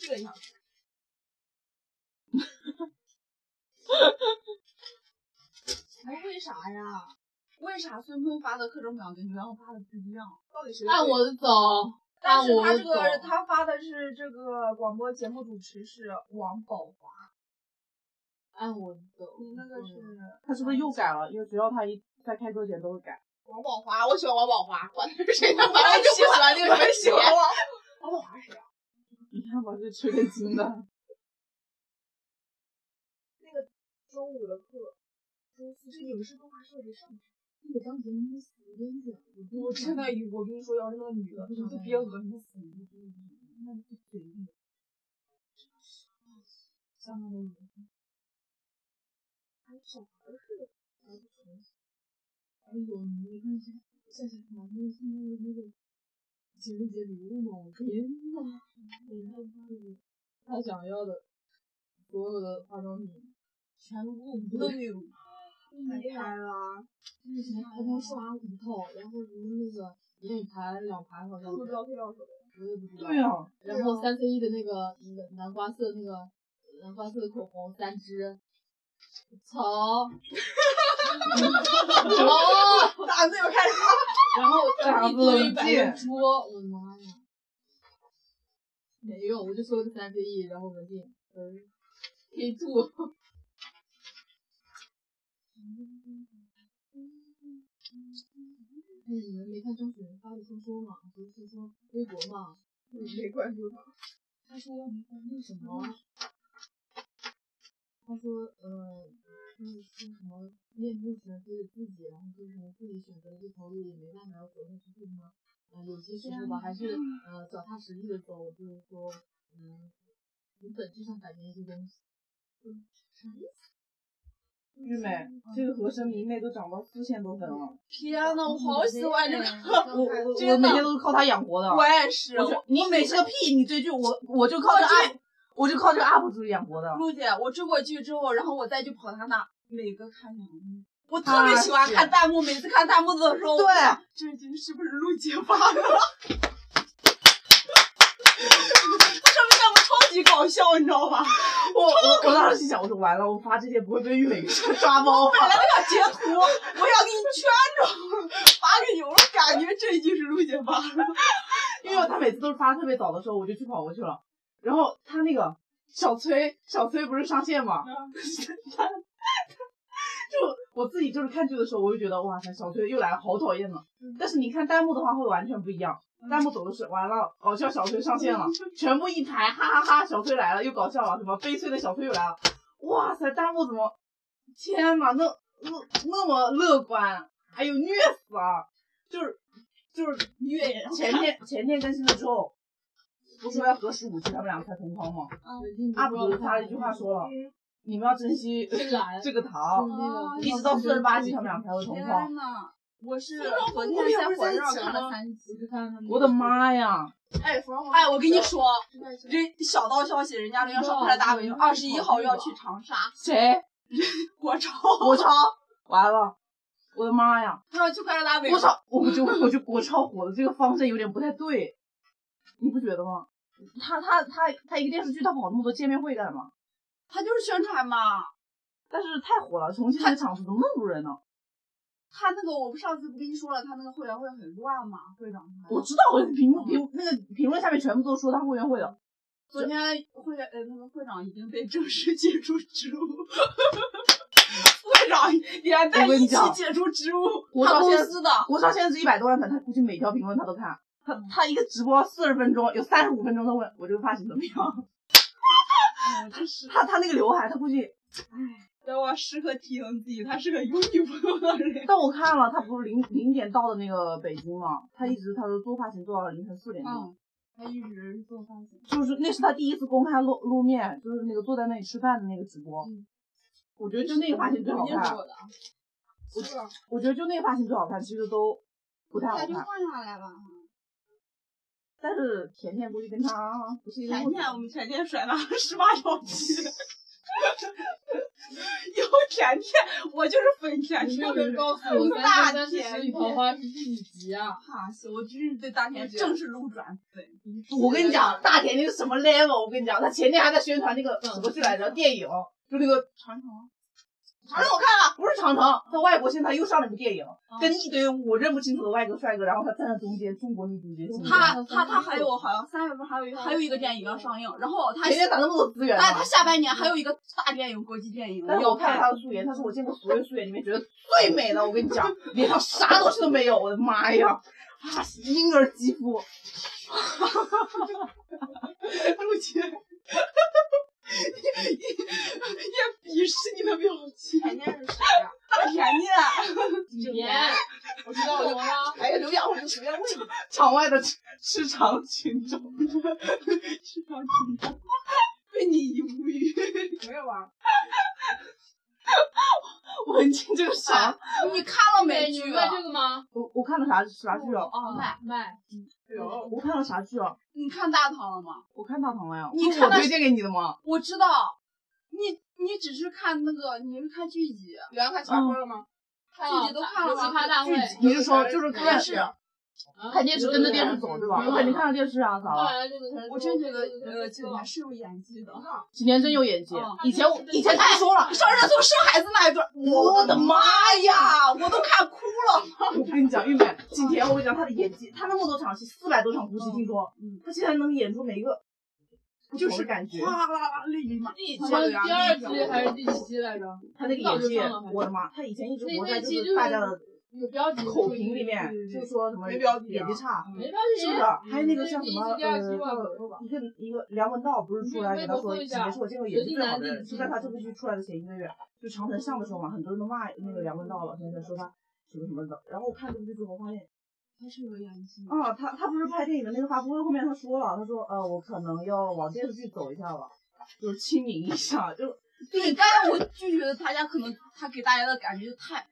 C: 这个你想吃？哎，为啥呀？为啥孙坤发的课程表跟袁咏发的不一样？到底谁对？
D: 按我的走，
C: 但是他
D: 按我
C: 这个
D: 走
C: 他发的是这个广播节目主持是王宝华，
D: 按我的走。
C: 你那个是
B: 他是不是又改了？因为只要他一再开多前都会改。
H: 王宝华，我喜欢王宝华，管他是谁的，
C: 我
H: 反正就不喜欢那个
C: 我
H: 人
C: 也喜欢
H: 写。
C: 王王宝华是谁啊？
B: 你看吧，这缺根筋的。
C: 周五的课，周四是影视动画设计上的。
D: 那个张杰没死真是。
C: 我真的，我跟你说，要是那个女的，你就别恶心死你，那就嘴硬。想想都恶心。还有小孩儿似的，还不成。
D: 哎呦，你没看下下下马那现在的那个情人节礼物吗？我天呐，你看他想要的所有的化妆品全部不对，
C: 太厉害了！
D: 就是什么
B: 嗯
D: 还能刷五套，然后什么那个眼影盘两盘好像
C: 不
D: 是，
C: 知道他要什么。
D: 我也不知道。
B: 啊对呀、啊，
D: 然后三 C E 的那个那个南瓜色那个南瓜色口红三支，草，
B: (laughs)
D: 草。
C: 胆子又开始
D: 然后
B: 大
D: 一堆
B: 冷
D: 百
B: 箭
D: 人桌，我的妈呀！没有，我就说了三个亿，然后文静，嗯，K (laughs) two，哎，你们没看张子仁发的说说吗？不是说微博吗？
C: 没关注他。
D: 他说那什么，他说呃，就是说什么面部选择自己，然后就是什么自己选择的这条路也没办法走下去，为什么？呃，有些时候吧，还是呃脚踏实地的走，就是说，嗯，你本质上改变一些东西。嗯，啥意嗯思？
B: 玉美，啊这个和声迷妹都长到四千多粉
H: 嗯
B: 了，
C: 天
D: 嗯
C: 呐，我好喜欢这个！
B: 我 (laughs) 我
C: 真的
B: 我每天都是靠她养活的。
C: 我也是，
B: 我
C: 我
B: 就你美是个屁！你追剧，我我就靠这 UP，我就靠这个 UP 主养活的。
C: 陆姐，我追过剧之后，然后我再去跑他那，每个看两遍。我特别喜欢看弹幕，每次看弹幕的时候，
B: 对
C: 我就想这句是不是陆姐发的？ (laughs) 这部弹幕超级搞笑，你知道吧？
B: 我我我当时心想，我说完了，我发这些不会被玉美
C: (laughs)
B: 抓包吧？
C: 那截图 (laughs) 我想给你圈着，发给你，我说感觉这一句是陆姐发的。
B: 因为他每次都是发特别早的时候，我就去跑过去了。然后他那个小崔，小崔不是上线吗？ (laughs) 就我自己就是看剧的时候，我就觉得哇塞，小崔又来了，好讨厌呢。但是你看弹幕的话，会完全不一样。弹幕走的是完了，搞笑小崔上线了，全部一排哈哈哈小崔来了，又搞笑了，什么悲催的小崔又来了，哇塞，弹幕怎么，天呐，那那那么乐观，哎呦虐死了，就是就是虐。前天前天更新了之后，不是说要隔十五期他们两个才同框吗
D: 文静
B: ？UP 主发了一句话说了，你们要珍
D: (laughs)
B: 惜
D: 深蓝，
B: 这个糖，
D: 那个
B: 一直到四十八期他们俩才会同框。
C: 呐，我是
H: 我
C: 昨
H: 们
C: 天
H: 也
C: 在
H: 不是
C: 火
H: 在一
C: 车上
H: 起
C: 看了
H: 吗
C: 三
D: 我就看他们，
B: 我的妈呀！
H: 哎，冯绍
C: 哎，我跟你说，人小道消息，人家要上快大本营，二十一号要去长沙，
B: 谁？ (laughs)
C: 国超，
B: 国超？完了！我的妈呀！
C: 他要去快乐大本营
B: 国。超，我就我就国超火的这个方针有点不太对，你不觉得吗？他他他他一个电视剧，他跑那么多见面会干嘛？
C: 他就是宣传嘛。
B: 但是太火了，重庆那个场子怎么那么多人呢？
C: 他那个，我不上次不跟你说了，他那个会员会很乱嘛，会长他。
B: 我知道，我评论
C: 嗯
B: 评那个评论下面全部都说他会员会的，
C: 昨天会员呃那个会长已经被正式解除职务，会长连带
B: 我跟
C: 一
B: 你
C: 起
B: 讲
C: 解除职务
B: 国，
C: 他
B: 超
C: 公
B: 现在
C: 司的。嗯
B: 国超现在是一百多万粉，他估计每条评论他都看。他他一个直播四十分钟，有三十五分钟他 (laughs) 问我这个发型怎么样。他他那个刘海，他估计，唉，
C: 等我时刻提醒自己，他是个有女朋友的人。
B: 但我看了，他不是零零点到的那个北京嘛，他一直他说做发型做到凌晨四点钟，
C: 嗯，他一直做发型。
B: 就是那是他第一次公开露露面，就是那个坐在那里吃饭的那个直播。
C: 嗯
B: 我觉得就那个发型最好看，
C: 我的啊，
B: 我觉得就那个发型最好看，其实都不太好
C: 他就
B: 看。
C: 换下来了。
B: 但是甜甜估计跟他不是一个路
C: 前
B: 子
C: 天我们前天甩了十八条街，有甜甜，我就是粉甜
D: 你没
C: 甜
D: 有
C: 的
D: 人
C: 人。
D: 告诉我
C: 大
D: 三三十
C: 甜
D: 里桃花是第几集啊？
C: 怕死，我真是对大甜正是路转粉。
B: 我跟你讲，大甜甜是什么 level？我跟你讲，他前天还在宣传那个什么剧来着，电影，就那个
C: 长城，
B: 长城我看了，嗯不是长城，在外国现在又上了一部电影，跟一堆我认不清楚的外国帅哥，然后他站在中间，中国女主角心里。
C: 他他他还有好像三月份还有一还有一个电影要上映，然后他
B: 前天咋那么多资源呢？啊
C: 他他下半年还有一个大电影，国际电影
B: 但是
C: 要
B: 我看了
C: 拍。
B: 他的素颜，他是我见过所有素颜里面觉得最美的。我跟你讲，脸上啥东西都没有，我的妈呀！啊，婴儿肌肤， (laughs)
C: 陆杰，也鄙视你的表情。
E: 前天是谁呀？
C: 大甜甜，
D: 年，
E: 我知道，我
D: 怎
E: 就
D: 么了？
B: 哎呀，刘洋，我就随便问你，场外的市场群众。
C: 市场紧张，被你一无语。
E: 没有啊。
B: 文静这个啥？
E: 啊
C: 你看了
D: 美
C: 美
D: 女
C: 剧
D: 卖
C: 啊？
D: 这个吗？
B: 我我看了啥啥剧啊？
C: 哦，卖。
D: 卖，
E: 有，
B: 我看了啥剧啊？
C: 你看大唐了吗？
B: 我看大唐了呀。
C: 你
B: 不是
C: 看
B: 我
C: 的
B: 推荐给你的吗？
C: 我知道，你你只是看那个，你是看剧集，
E: 你要看小说了吗？
D: 看了
C: 自
I: 哦
C: 己都看了
D: 奇
C: 吧
D: 葩大会，
B: 你是说就是
E: 看
B: 看
E: 电视
D: 啊
B: 看电视跟着电视走对吧？
D: 嗯
B: 我感觉看了电视啊，咋
D: 看
B: 了？
D: 完了这个才是
C: 我真觉得
D: 这
C: 呃，
D: 个
C: 景甜是有演技的。
B: 今天真有演技
C: 嗯。
B: 以前我以前他说了，
C: 上热搜生孩子那一段，
B: 哦哎我的妈
C: 呀，我都看哭
B: (laughs)
C: 了。
B: 我跟你讲，玉美，景甜，我跟你讲，她的演技，她那么多场戏，四百多场呼吸听说，她竟然能演出每一个，就是感觉
C: 哗啦啦泪流满
E: 第
D: 好像第二季还是第几季来着？
B: 她那个
D: 早
B: 演
D: 就
B: 技
D: 上了，反
B: 我
D: 正
B: 的妈！她以前一直
D: 那
B: 活
D: 那
B: 在就
D: 期
B: 是嗯
D: 就
B: 大家
D: 是
B: 的
D: 有标题
B: 口评里面，就说什么
E: 没标题
B: 演技差，
D: 没啊标
B: 嗯是不
D: 题
B: 是？
C: 嗯
B: 还有那个像什么
D: 嗯第一季第二季
B: 呃
D: 吧
B: 一个一个梁文道不是出来
C: 嗯
B: 给他说，
D: 你
B: 以
D: 去微博搜
B: 前是我
D: 一下
B: 见过演技最好的人，就在他这部剧出来的前一个月，就长城上的时候嘛，很多人都骂那个梁文道了，现在说他什么什么的。然后我看这部剧之后，我发现
C: 他是有演技的。
B: 啊，他他不是拍电影的那个发布会后面他说了，他说呃我可能要往电视剧走一下了，就是亲民一下，就
C: 对，但是我就觉得大家可能他给大家的感觉就太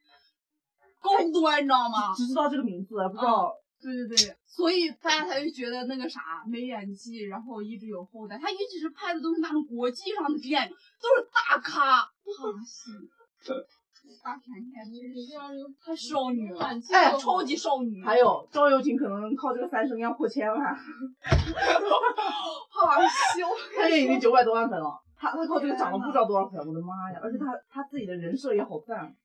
C: 高端，你知道吗？嗯
B: 只知道这个名字，不知道、
C: 对对对，所以大家才会觉得那个啥没演技，然后一直有后代。他一直是拍的都是那种国际上的电影，都是大咖。哇塞，大甜甜真是太少女了，
B: 哎
C: 超级少女。啊
B: 还有赵又廷可能靠这个三生要破千万，
C: 好羞，
B: 他也已经九百多万粉了，他他靠这个涨了不知道多少粉，我的妈呀！而且他他自己的人设也好赞。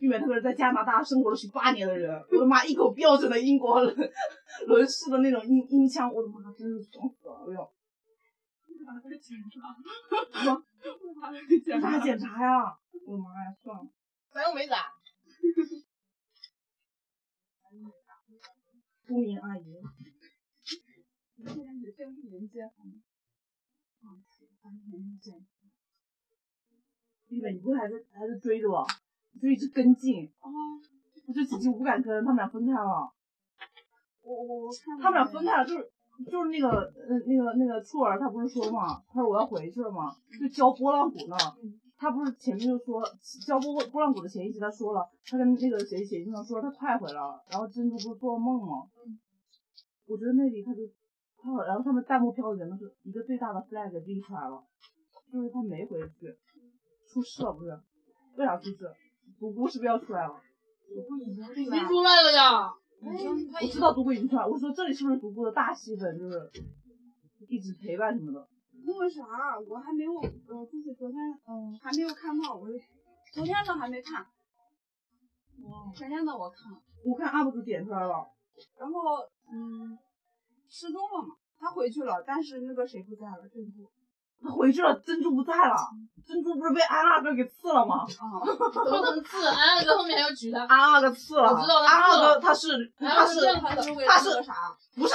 B: 玉美，他是在加拿大生活了十八年的人，我的妈，一口标准的英国人，伦士的那种音音腔，我的妈，真是爽死了！哎呦，
C: 检
B: (laughs)
C: 查，为啥会检
B: 咋
C: 查？
B: 检查呀？我的妈呀，算了。
E: 咱又没咋。
B: 公民阿姨，
C: 嗯
B: 啊日本，你不会还在还在追着我，你就一直跟进。
C: 哦，
B: 我就几集无敢跟，他们俩分开了。
C: 我我我看
B: 他们俩分开了，就是就是那个呃那个那个处儿，他不是说嘛，他说我要回去了嘛，
C: 嗯
B: 就教波浪鼓呢。他不是前面就说教波波浪鼓的前一集，他说了，他跟那个谁谁经常说他快回来了，然后珍珠不是做梦吗？我觉得那里他就他好，然后他们弹幕飘的人是一个最大的 flag 立出来了，就是他没回去，出事了不是？为啥出事？独孤是不是要出来了？
D: 已经出来了呀。
B: 我知道独孤已经出来，我说这里是不是独孤的大戏份，就是一直陪伴什么的？
I: 那个啥，我还没有，呃，就是昨天，嗯、还没有看到，我昨天的还没看，
C: 嗯
I: 前天的我看了，
B: 我看 UP 主点出来了，
I: 然后，嗯，失踪了嘛，他回去了，但是那个谁不在了，珍珠，
B: 他回去了，珍珠不在了，珍珠不是被安娜哥给刺了
D: (laughs)
B: 吗？
I: 啊，
D: 怎么能刺？安安哥后面还要举他，
B: 安娜哥刺了，
D: 啊我知道
B: 安
D: 他刺了
B: 娜哥他是他
D: 安安哥
B: 是
D: 这样拍的。
I: 是为了
B: 他
I: 那
B: 是
I: 个啥，
B: 不是？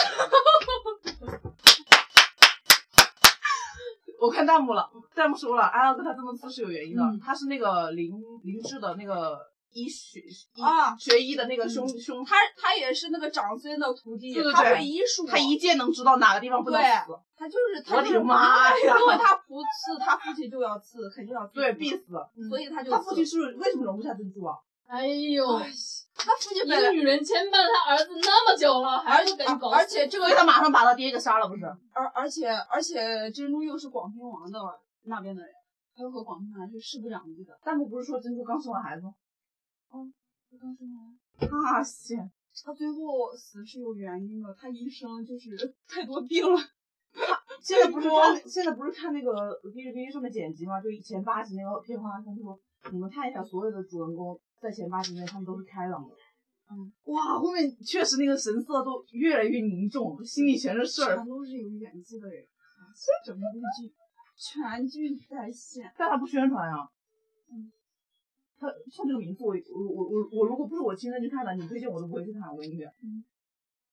B: 我看弹幕了，弹幕说了，安安跟他这么做是有原因的，
J: 嗯
B: 他是那个林林志的那个医学医
C: 啊
B: 学医的那个兄、兄，
C: 他他也是那个长孙的徒弟，
B: 对对
C: 他
B: 对
C: 会医术，
B: 他一见能知道哪个地方不能
C: 对
B: 死，
C: 他就是他
B: 我的
C: 就是
B: 妈呀
C: 因为他不刺，他父亲就要刺，肯定要刺嗯
B: 对，必死。
C: 所以他
B: 嗯
C: 就
B: 他父亲
C: 刺
B: 是为什么容不下珍珠啊？
D: 哎呦，
C: 他父亲
D: 一
C: 本
D: 个
C: 来。
D: 女人牵绊她儿子那么久了，还不给你搞死，
C: 而且这
B: 所
C: 个
B: 以他马上把他爹给杀了，不是？
C: 而而且而且珍珠又是广平王的那边的人，他又和广平王是势不两立的。
B: 弹幕不是说珍珠刚生完孩子吗？嗯
C: 就当时呢
B: 啊，谢。
C: 他最后死是有原因的，他一生就是 (laughs) 太多病了。
B: 现在不是看，现在不是看那个哔哩哔哩上面剪辑吗？就以前八集那个片花，他说你们看一下所有的主人公在前八集内他们都是开朗的。嗯，哇，后面确实那个神色都越来越凝重，心里全是事儿
C: 全。都是有演技的人，整部剧全剧在线。
B: 但他不宣传啊。他像这个名字，我我我我我如果不是我亲身去看的，你推荐我都不会去看。我跟你讲，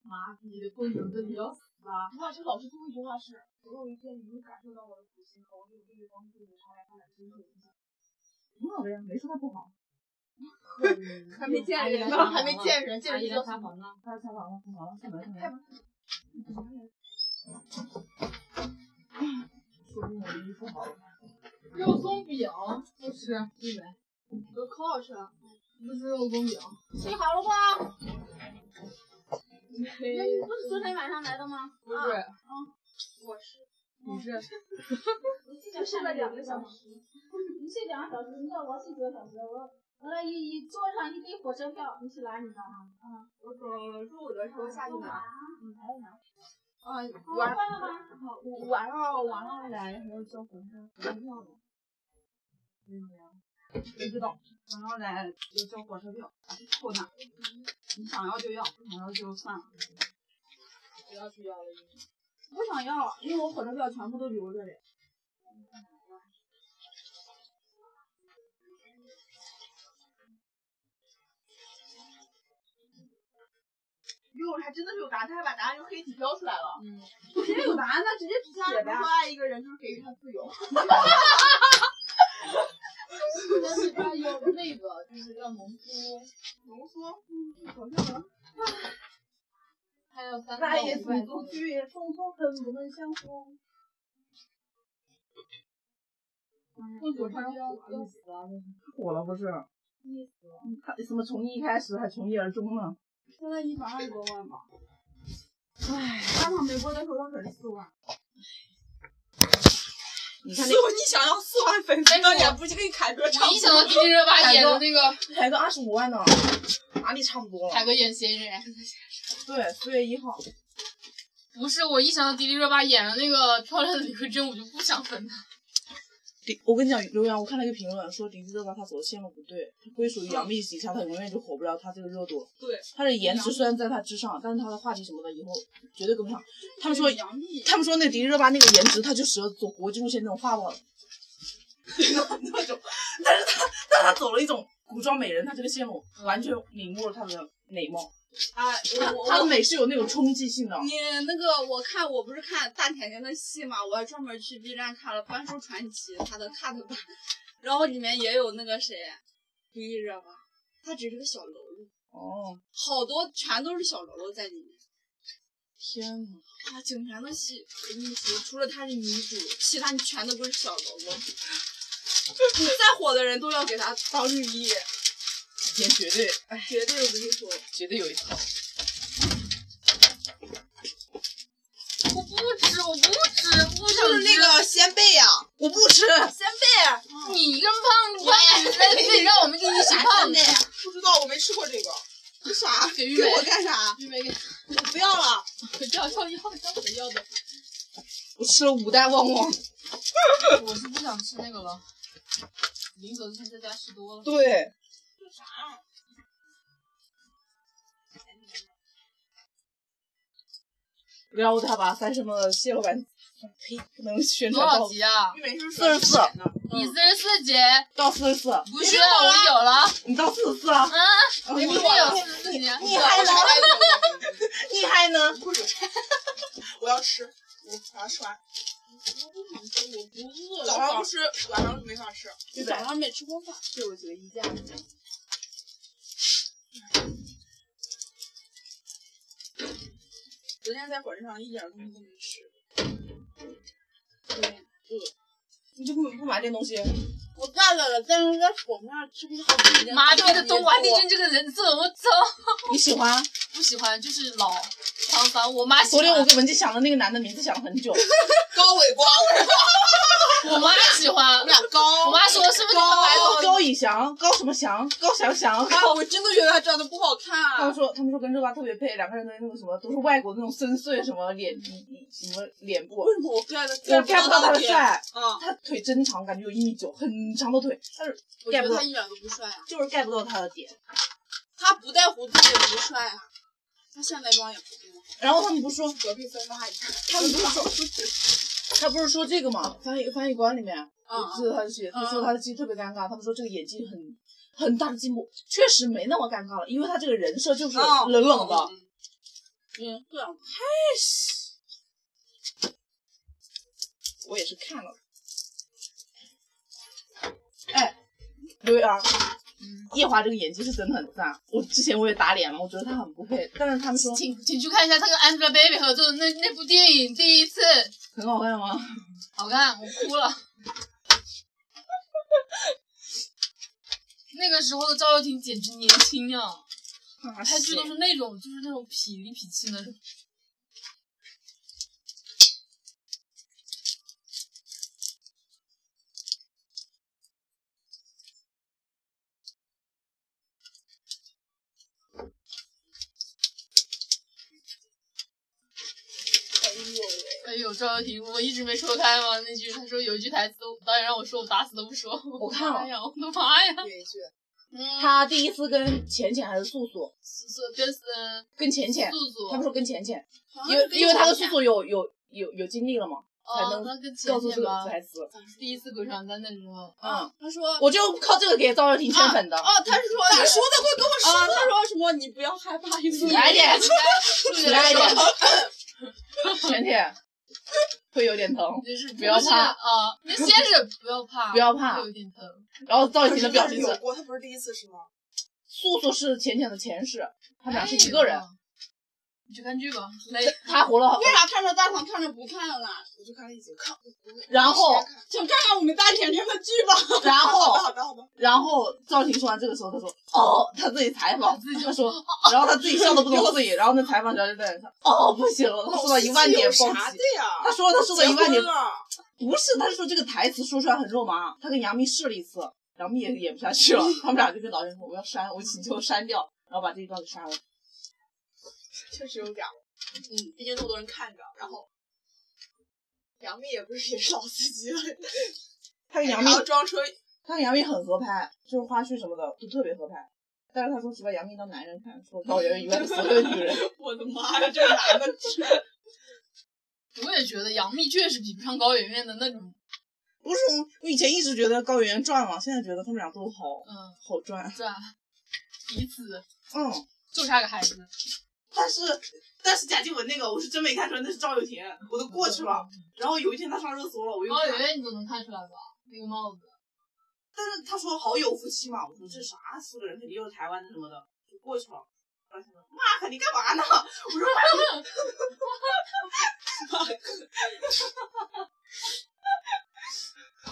J: 妈逼的，公主真的要死啦！
K: 哇，这老师最后一句话是：总有一天你会感受到我的苦心，和我用这个方式对你长远发展真正的影响。
B: 挺好的呀，没什么不好。
D: 还
E: 没见人呢
D: 还没见人，见人就
J: 要
D: 要
J: 塌房了，
B: 他采访了，采访了，采访了。说不定我的衣服好了。
D: 肉松饼不吃，对我靠吃，不吃肉松饼。吃好了吗？
J: 嘿
D: 那你不是昨天晚上来的吗？啊嗯
J: 不是，
D: 我是。嗯
J: 你是
C: (laughs)
D: 就睡了两个嗯小时。你睡两个小时，你看我睡几个小时？我我那一一桌上一堆火车票，你去哪里拿？啊，
E: 我说中午的时候下去拿。
D: 嗯，还有哪？
C: 啊，晚
D: 晚饭了吗？
C: 我晚
D: 哦
C: 上晚上来还要交红车火车票的。没有呀，不知道。晚上来要交火车票，扣那。你想要就要，不想要就算了。
D: 不要去要了，
C: 不想要，因为我火车票全部都留着嘞。
K: 哟，还真的是有答案，他还把答案用黑体标出来了。
C: 直接有答案，那直接
K: 他
C: 写呗
K: 不。爱一个人，就是给予他自由。
D: 但是他有那个就是要浓缩，
K: 浓缩，好像能
D: 还有三
B: 那
D: 到
B: 也
D: 五百
B: 祖
D: 多
B: 宗。居也匆匆的我们相逢。
D: 不久他就要要死了，
B: 火了不是？他什么从一开始还从一而终呢？
C: 现在一百二十多万吧。唉，当场没播的时候要可是四万。
B: 你看
K: 四万，你想要四万粉丝，当然不去给你砍歌唱
D: 我一想到金志把演的那个
B: 那才个二十五万呢，哪里差不多了？
D: 凯哥演嫌疑人，
B: 对，四月一号，
D: 不是我一想到迪丽热巴演的那个漂亮的李慧珍，我就不想分她。
B: 迪，我跟你讲，刘洋，我看了一个评论说迪丽热巴她走的线路不对，她归属于杨幂旗下，她永远就火不了她这个热度。
D: 对，
B: 她的颜值虽然在她之上，但是她的话题什么的以后绝对跟不上。他们说，
C: 杨幂，
B: 他们说那迪丽热巴那个颜值，她就适合走国际路线那种画报，那种，但是她但她走了一种古装美人，她这个线路完全泯没了她的美貌，
C: 哎，我我
B: 她的美是有那种冲击性的。
C: 你那个，我看我不是看大甜甜的戏嘛，我还专门去 B 站看了《半兽传奇》它的 cut 版，然后里面也有那个谁，迪丽热巴，她只是个小喽啰，
B: 哦，
C: 好多全都是小喽啰在里面。
B: 天哪！
C: 啊，景甜的戏，我跟你说，除了她是女主，其他你全都不是小喽啰。你再火的人都要给她当御医，
B: 景甜绝对
C: 绝对我跟你说。
B: 绝对有一套。
D: 我不吃，我不吃，不想
C: 就是那个仙贝呀、啊，
B: 我不吃，
C: 仙贝，
D: 吃你这么胖，你胖你非得让我们给你
C: 啥
D: 傻
C: 仙
D: 胖
C: 贝
D: 子，？
K: 不知道，我没吃过这个。
C: 这啥？
D: 给玉
C: 给
D: 梅，
C: 我干啥？
D: 玉梅给
C: 我不要了。
D: 要要要要的要的，
B: 我吃了五袋旺旺。
D: 我是不想吃那个了。临走之前在家吃多了，
B: 对，然后他把三什么蟹肉丸，呸，不能宣
D: 多
B: 传
D: 少
B: 到
D: 集啊？
K: 玉梅是
B: 四十四
D: 你四十四集，
B: 到四十四，
D: 不是我有了，
B: 你到四十四了，
D: 啊，我不是有四十四
B: (laughs)
C: (laughs)
D: 集，
B: 你还能，你还能，
K: 我要吃，
E: 我划船，
C: 饿
E: 早上不吃，晚上就没法吃。
C: 就早上没吃过饭，
B: 对，我觉得一家人
E: 昨天在火车上一点东西都没吃。
B: 你就不不买点东西？
C: 我 get 了，但是在火车上吃不下去已经
D: 妈逼
C: 特
D: 的，
C: 别
D: 东华帝
C: 多
D: 君这个人设，我操！
B: 你喜欢？
D: 不喜欢就是老沧桑，我妈喜
B: 昨
D: 欢
B: 天，我给文姬想的那个男的名字想了很
C: 哦
B: (laughs) 久，
E: 高伟光，
D: 我妈喜欢
E: 我，俩高，
D: 我妈说是不是他白
B: 高
D: 头？
B: 高以翔，高什么翔，高翔
C: 哦
B: 翔。
C: 哎
E: 啊，我真的觉得他长得不好
B: (laughs) 他
C: 啊
B: 们
E: 看。
B: 说，他们说跟肉爸特别配，两个人的那个什么都是外国那种深邃什么脸，什么脸部，
E: 为什么我 get
B: 我
E: get 不
B: get
E: 到
B: 不到他的
E: 点？
B: 帅。
E: 啊，
B: 他腿真长，感觉有一米九，很长的腿，但是
C: 我觉
B: get 不
C: 得
B: 到
C: 他，一点都不帅啊，
B: 就是 get 不到他的点。
C: 他不戴胡子也不帅啊，他现在装也不帅。
B: 然后他们不是说，
C: 隔壁分发一下，
B: 他们不是说，他不是说这个嘛？翻译翻译官里面，
E: 嗯
B: 我记得他的戏，他说他的戏特别尴尬，他们说这个演技很很大的进步，确实没那么尴尬了，因为他这个人设就是冷冷的。
C: 嗯，对啊，
B: 我也是看了。哎，对啊，夜华这个演技是真的很赞。我之前我也打脸了，我觉得他很不配，但是他们说
D: 请请去看一下他跟 Angelababy 合作的那那部电影，第一次
B: 很好看吗？
D: 好看，我哭了。 (laughs) 那个时候的赵又廷简直年轻啊，拍剧都是那种就是那种痞里痞气那种。哎呦，赵又廷，我一直没说开吗？那句他说有一句台词，导演让我说，我打死都不说。
B: 我看了
D: (laughs) 哎呀，我的妈呀！
E: 演一句，
D: 嗯，
B: 他第一次跟浅浅还是素素，
D: 是是就是
B: 跟浅浅，
D: 素素，
B: 他们说跟浅浅，
D: 啊
C: 好像
B: 因
C: 是
B: 为
C: 跟
B: 因为他跟
C: 前
B: 素素有有有有经历了嘛，才
D: 哦
B: 能，
D: 他跟前
B: 告诉这
D: 天
B: 个
D: 吧，
B: 台词。
D: 第一次鬼上单的时候，
B: 嗯，
E: 他说
B: 我就靠这个给赵又廷
D: 啊
B: 圈粉的。嗯
E: 哦，他是说咋说的？快跟我说。啊，他说什么？你不要害怕，因为
B: 起来一点，
D: 起
B: 起来一点，浅浅会有点疼，
D: 就是
B: 不要怕
D: 啊！那先是不要怕，
B: 不要怕
D: 会有点疼。
B: 然后赵又
E: 可
B: 廷
E: 是
B: 的表情
E: 有
B: 是。
E: 过，他不是第一次是吗？
B: 素素是浅浅的前世，他们俩是一个人
D: 哎。呦。你去看剧吧，累。
B: 他活了，
C: 为啥看着大唐看着不看了呢？
E: 我就看了一集，看。
B: 然后，
C: 请看看我们大甜甜的剧吧。
B: 然
E: 好的
B: 后，
E: (laughs) 好的好的，
B: 然后赵婷说完这个时候，他说：“哦，他自己采访，
D: 自己
B: 他说，然后他自己笑的不能自己，然后那采访小姐在那说：哦，不行了，他说到一万点
E: 有
B: 暴
E: 啥
B: 击
E: 的，呀？
B: 他说他说到一万点
E: 结婚，了
B: 不是，他是说这个台词说出来很肉麻。他跟杨幂试了一次，杨幂也演不下去
E: (laughs)
B: 了，他们俩就跟导演说：我要删，我请求删掉，然后把这一段给删了。
E: 确实有点儿，嗯，毕竟那么多人看着，然后杨幂也不是也是老司机了，
B: 他跟杨幂
E: 然后装车
B: 他跟杨幂很合拍，就是花絮什么的都特别合拍。但是他说只把杨幂当男人看，说高圆圆以外的所有女人。
E: (laughs) 我的妈呀，这男的天
D: 我也觉得杨幂确实比不上高圆圆的那种，
B: 不是我，我以前一直觉得高圆圆赚了，现在觉得他们俩都好
D: 嗯，
B: 好赚。
D: 赚彼此
B: 嗯，
D: 就差个孩子。
B: 但是但是贾静雯那个我是真没看出来那是赵又廷，我都过去了。
C: 嗯
B: 然后有一天他上热搜了，我
C: 哦
B: 又
D: 高
B: 看
D: 圆，圆你都能看出来吧？那个帽子，
B: 但是他说好友夫妻嘛，我说这啥四个人肯定又是台湾的什么的，就过去了。然后他说妈，你干嘛呢？ (laughs) 我说妈，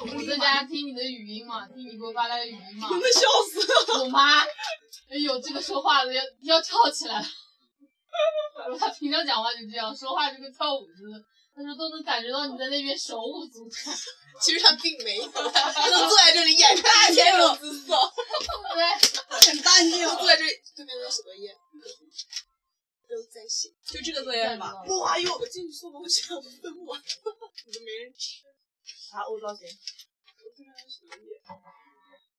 D: 我在家听你的语音嘛，听你给我发来的语音嘛，
E: 笑死了，
D: 我妈，哎呦，这个说话的要要跳起来了。他平常讲话就这样，说话就跟跳舞似的。他说都能感觉到你在那边手舞足
B: (laughs)
D: 蹈。
E: 其实他并没有，他能坐在这里演大前有姿色，
D: 对，
E: 很淡定，坐在这里对面在写作业。都在写，就这个作业嘛。木瓜又我进去送东西，分我，你都没人吃。
B: 啥欧造型？
E: 我不知道是什么意思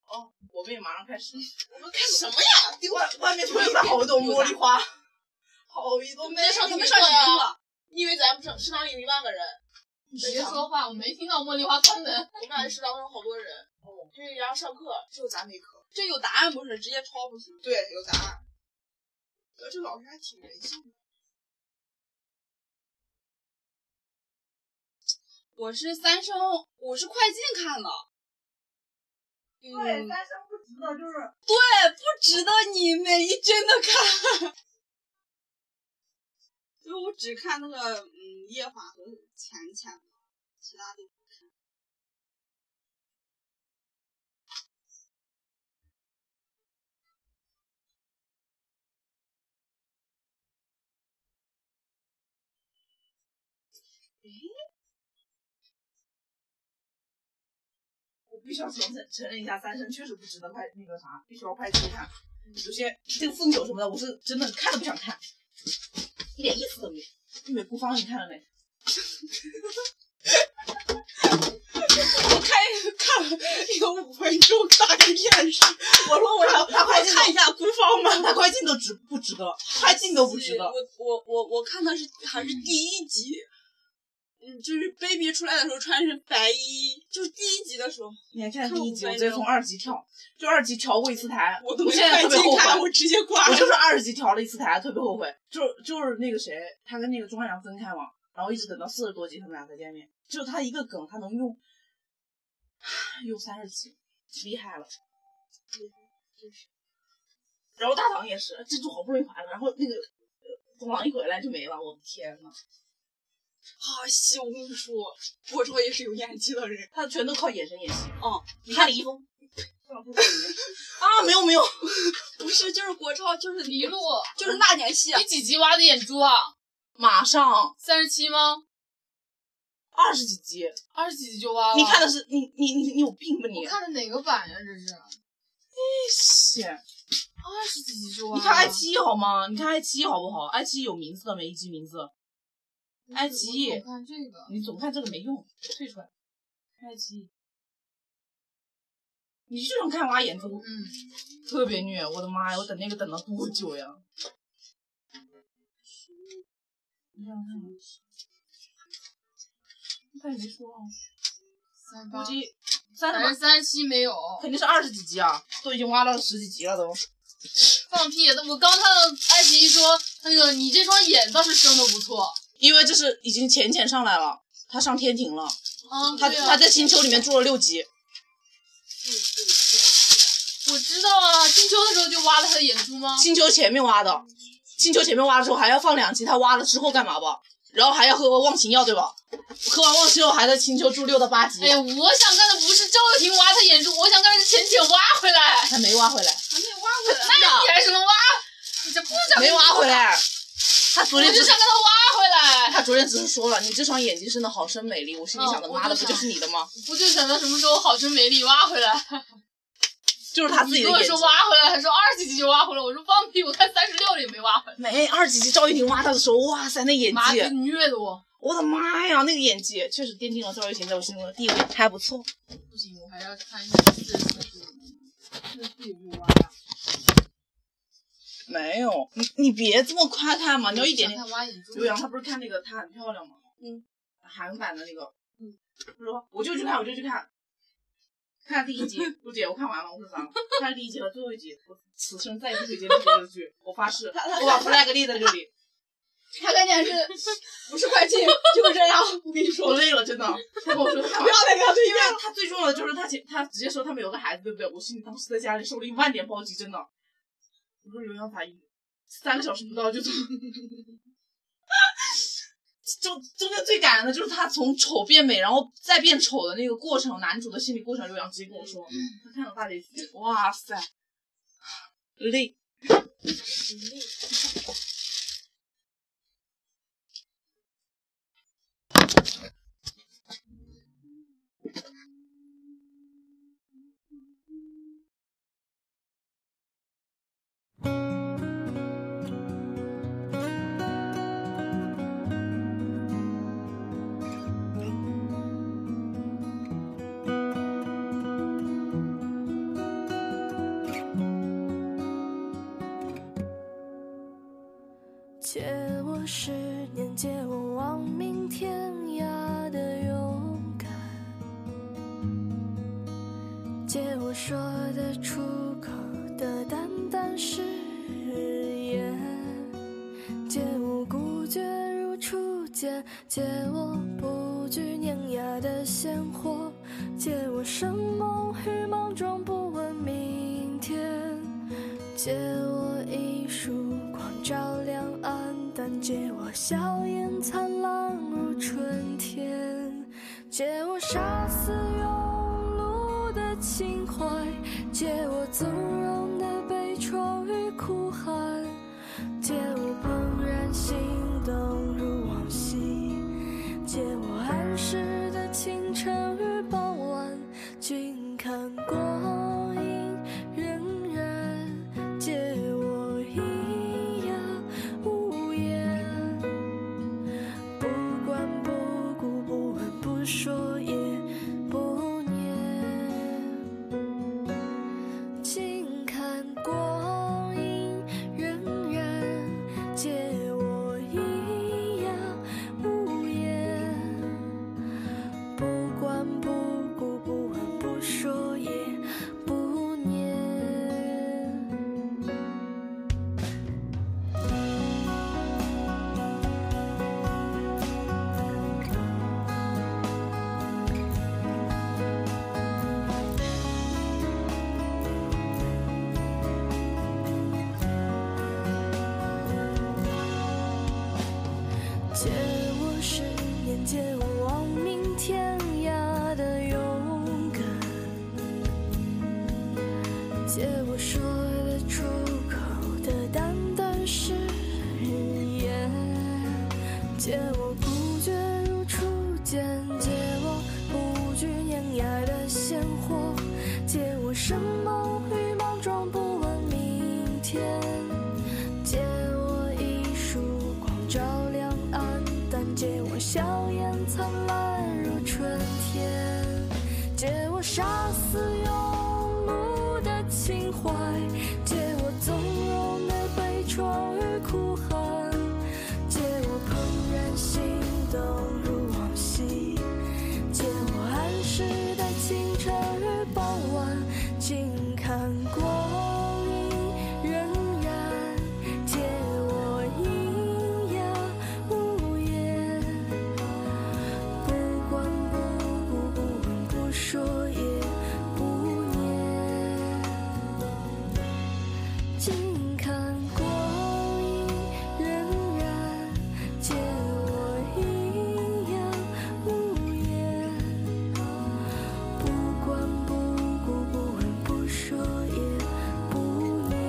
B: 哦，我们也马上开始。
E: 我们干什么呀？丢
B: 外外面飘着好多茉莉花，好一朵
E: 我
B: 玫
E: 们在上
B: 瑰
E: 他
B: 花
E: 们上语音了。你以为咱们上食堂里有一万个人，
D: 你别说话，我没听到茉莉花开门。
E: 我们俩在食堂有好多人，哦，因为人家上课只有咱没课，
C: 这有答案不是直接抄不行？
E: 对，有答案。呃，这老师还挺人性的。
C: 我是三生，我是快进看的。
B: 对
C: 嗯，
B: 三生不值得，就是
C: 对，不值得你每一帧的看。所以我只看那个嗯夜华和浅浅，其他的
B: 我必须要承认承认一下，三生确实不值得拍那个啥，必须要拍剧看。有些这个凤九什么的，我是真的看都不想看，一点意思都没有。玉美孤芳你看了没？
C: 我看看有五分钟大概电视，
B: 我说我要大快进
C: 看一下孤芳吧。
B: 都，大快进都值不值得？快进都不值得。
C: 我我我我看的是还是第一集，嗯，就是 baby 出来的时候穿的是白衣，就是第一集的时候，
B: 你还看第一集，
C: 看
B: 我直
C: 五分钟
B: 接从二级跳，就二级调过一次台，
C: 我都没
B: 现在
C: 快
B: 特别后
C: 进看，
B: 悔。
C: 我直接
B: (laughs)
C: 挂
B: 我
C: 了。
B: 就是二级调了一次台，特别后悔。就就是那个谁，他跟那个钟汉良分开嘛，然后一直等到四十多集他们俩才见面。就他一个梗，他能用用三十集，厉害了。然后大唐也是，这就好不容易还了，然后那个呃东郎一回来就没了，我的天呐，
C: 啊，西，我跟你说，博超也是有演技的人。
B: 他全都靠眼神演戏。
C: 哦，
B: 你看李易峰，啊，没有没有，
C: 不是，就是国超，就是
D: 一路，
C: 就是那 (laughs) 年戏
D: 你几集挖的眼珠啊？
B: 马上
D: 三十七吗？
B: 二十几集，
D: 二十几集就挖了？
B: 你看的是你你你你有病吧你
D: 哦我？看的哪个版呀？这是
B: 谢谢。
D: 二十几集就挖
B: 你
D: 了？
B: 看爱奇艺好吗？你看爱奇艺好不好？爱奇艺有名字的，每一集名字。爱奇艺
D: 我总看这个，
B: 你总看这个没用，退出来。看爱奇艺，你就想看挖眼珠，
D: 嗯，
B: 特别虐，我的妈呀！我等那个等了多久呀？你想看吗？他也没说啊，
D: 三八
B: 估，计 (laughs) 三
D: 反
B: 十
D: 正三十七没有。
B: 肯定是二十几集啊，都已经挖到十几集了都。
D: 放屁！我刚看到爱奇艺说，那个你这双眼倒是生的不错
B: 因为这是已经浅浅上来了，他上天庭了，
D: 啊。
B: 他
D: 对啊
B: 他在星球里面住了六集。
D: 我知道啊，金秋的时候就挖了他的眼珠
B: (laughs)
D: 吗？
B: 星球前面挖的，星球前面挖的时候还要放两集，他挖了之后干嘛吧？然后还要喝忘情药对吧？喝完忘情药还在星球住六到八集
D: 哎，呀，我想干的不是赵又廷挖他眼珠，我想干的是浅浅挖回来。
B: 还没挖回来，
C: 还没挖回来。
D: 那你还什么挖？你这不讲
B: 没挖回来。他昨
D: 我
B: 天
D: 就
B: 只
D: 想给他挖回来，
B: 他昨天只是说了，你这双眼睛真的好生美丽，我心里想的，
D: 嗯
B: 妈的
D: 我就
B: 不
D: 想
B: 就是你的吗？
D: 不就想到什么时候好生美丽挖回来？
B: 就是他自己
D: 你
B: 的
D: 跟我
B: 眼睛
D: 说。挖回来，还说二十几集就挖回来，我说放屁，我看三十六了也没挖回来，
B: 没二几集赵又廷挖他的时候，哇塞那演
D: 妈给
B: 技，
D: 你虐的我，
B: 我的妈呀那个演技确实奠定了赵又廷在我心中的地位，还不错。
D: 不行，我还要看一下四十几集。
B: 没有你你别这么快看嘛，你要一点点啊
D: 想看挖眼珠
B: 刘，洋他不是看那个她很漂亮吗？
C: 嗯，
B: 韩版的那个，嗯，他说我就去看，我就去看，看第一
C: (laughs)
B: 集，不姐我看完了，我说咋了？看第一集和最后一集，我此生再也不推荐这个剧，我发誓，我把 flag 立在这里，
C: 他关键是不是快进就是这样，我 (laughs) 跟你说
B: 我。累了，真
C: (laughs)
B: 的。他跟我说看完，
C: 再给他推
B: 因为他最重要的就是他前他直接说他们有个孩子，对不对？我心里当时在家里受了一万点暴击，真的。我说刘洋咋一三个小时不到 (laughs) 就从。中中间最感人的就是他从丑变美，然后再变丑的那个过程，男主的心理过程，刘洋直接跟我说，他看了大结局，哇塞，累。
L: 借我十年，借我亡命天涯的勇敢，借我说得出口的淡淡誓言，借我孤绝如初见，借我不惧碾压的鲜活，借我生梦与莽撞，不问明天。借我一束光照亮暗淡，借我笑颜灿烂如春天，借我杀死庸碌的情怀，借我纵容的悲怆与哭喊，借我怦然心动如往昔，借我安适的清晨与傍晚，静看光阴荏苒，借我一夜无言，不管不顾，不问不说，也不念。静看光阴荏苒，借我一夜无言，不管不顾，不问不说，也不念。借我十年，借我亡命天涯的勇敢，借我说得出口的淡淡誓言，借我不觉如初见，借我不惧碾压的鲜活，借我生猛与莽撞，不问明天。借我一束光照亮暗淡，借我笑颜灿烂如春天，借我杀死庸碌的情怀，借我纵容的悲怆与哭喊，借我怦然心动如往昔，借我安适的清晨与傍晚，静看光阴荏苒。借我一夜无言，不管不顾，不问不说，也不念。静看光阴荏苒，借我一夜无言，不管不顾，不问不说，也不念。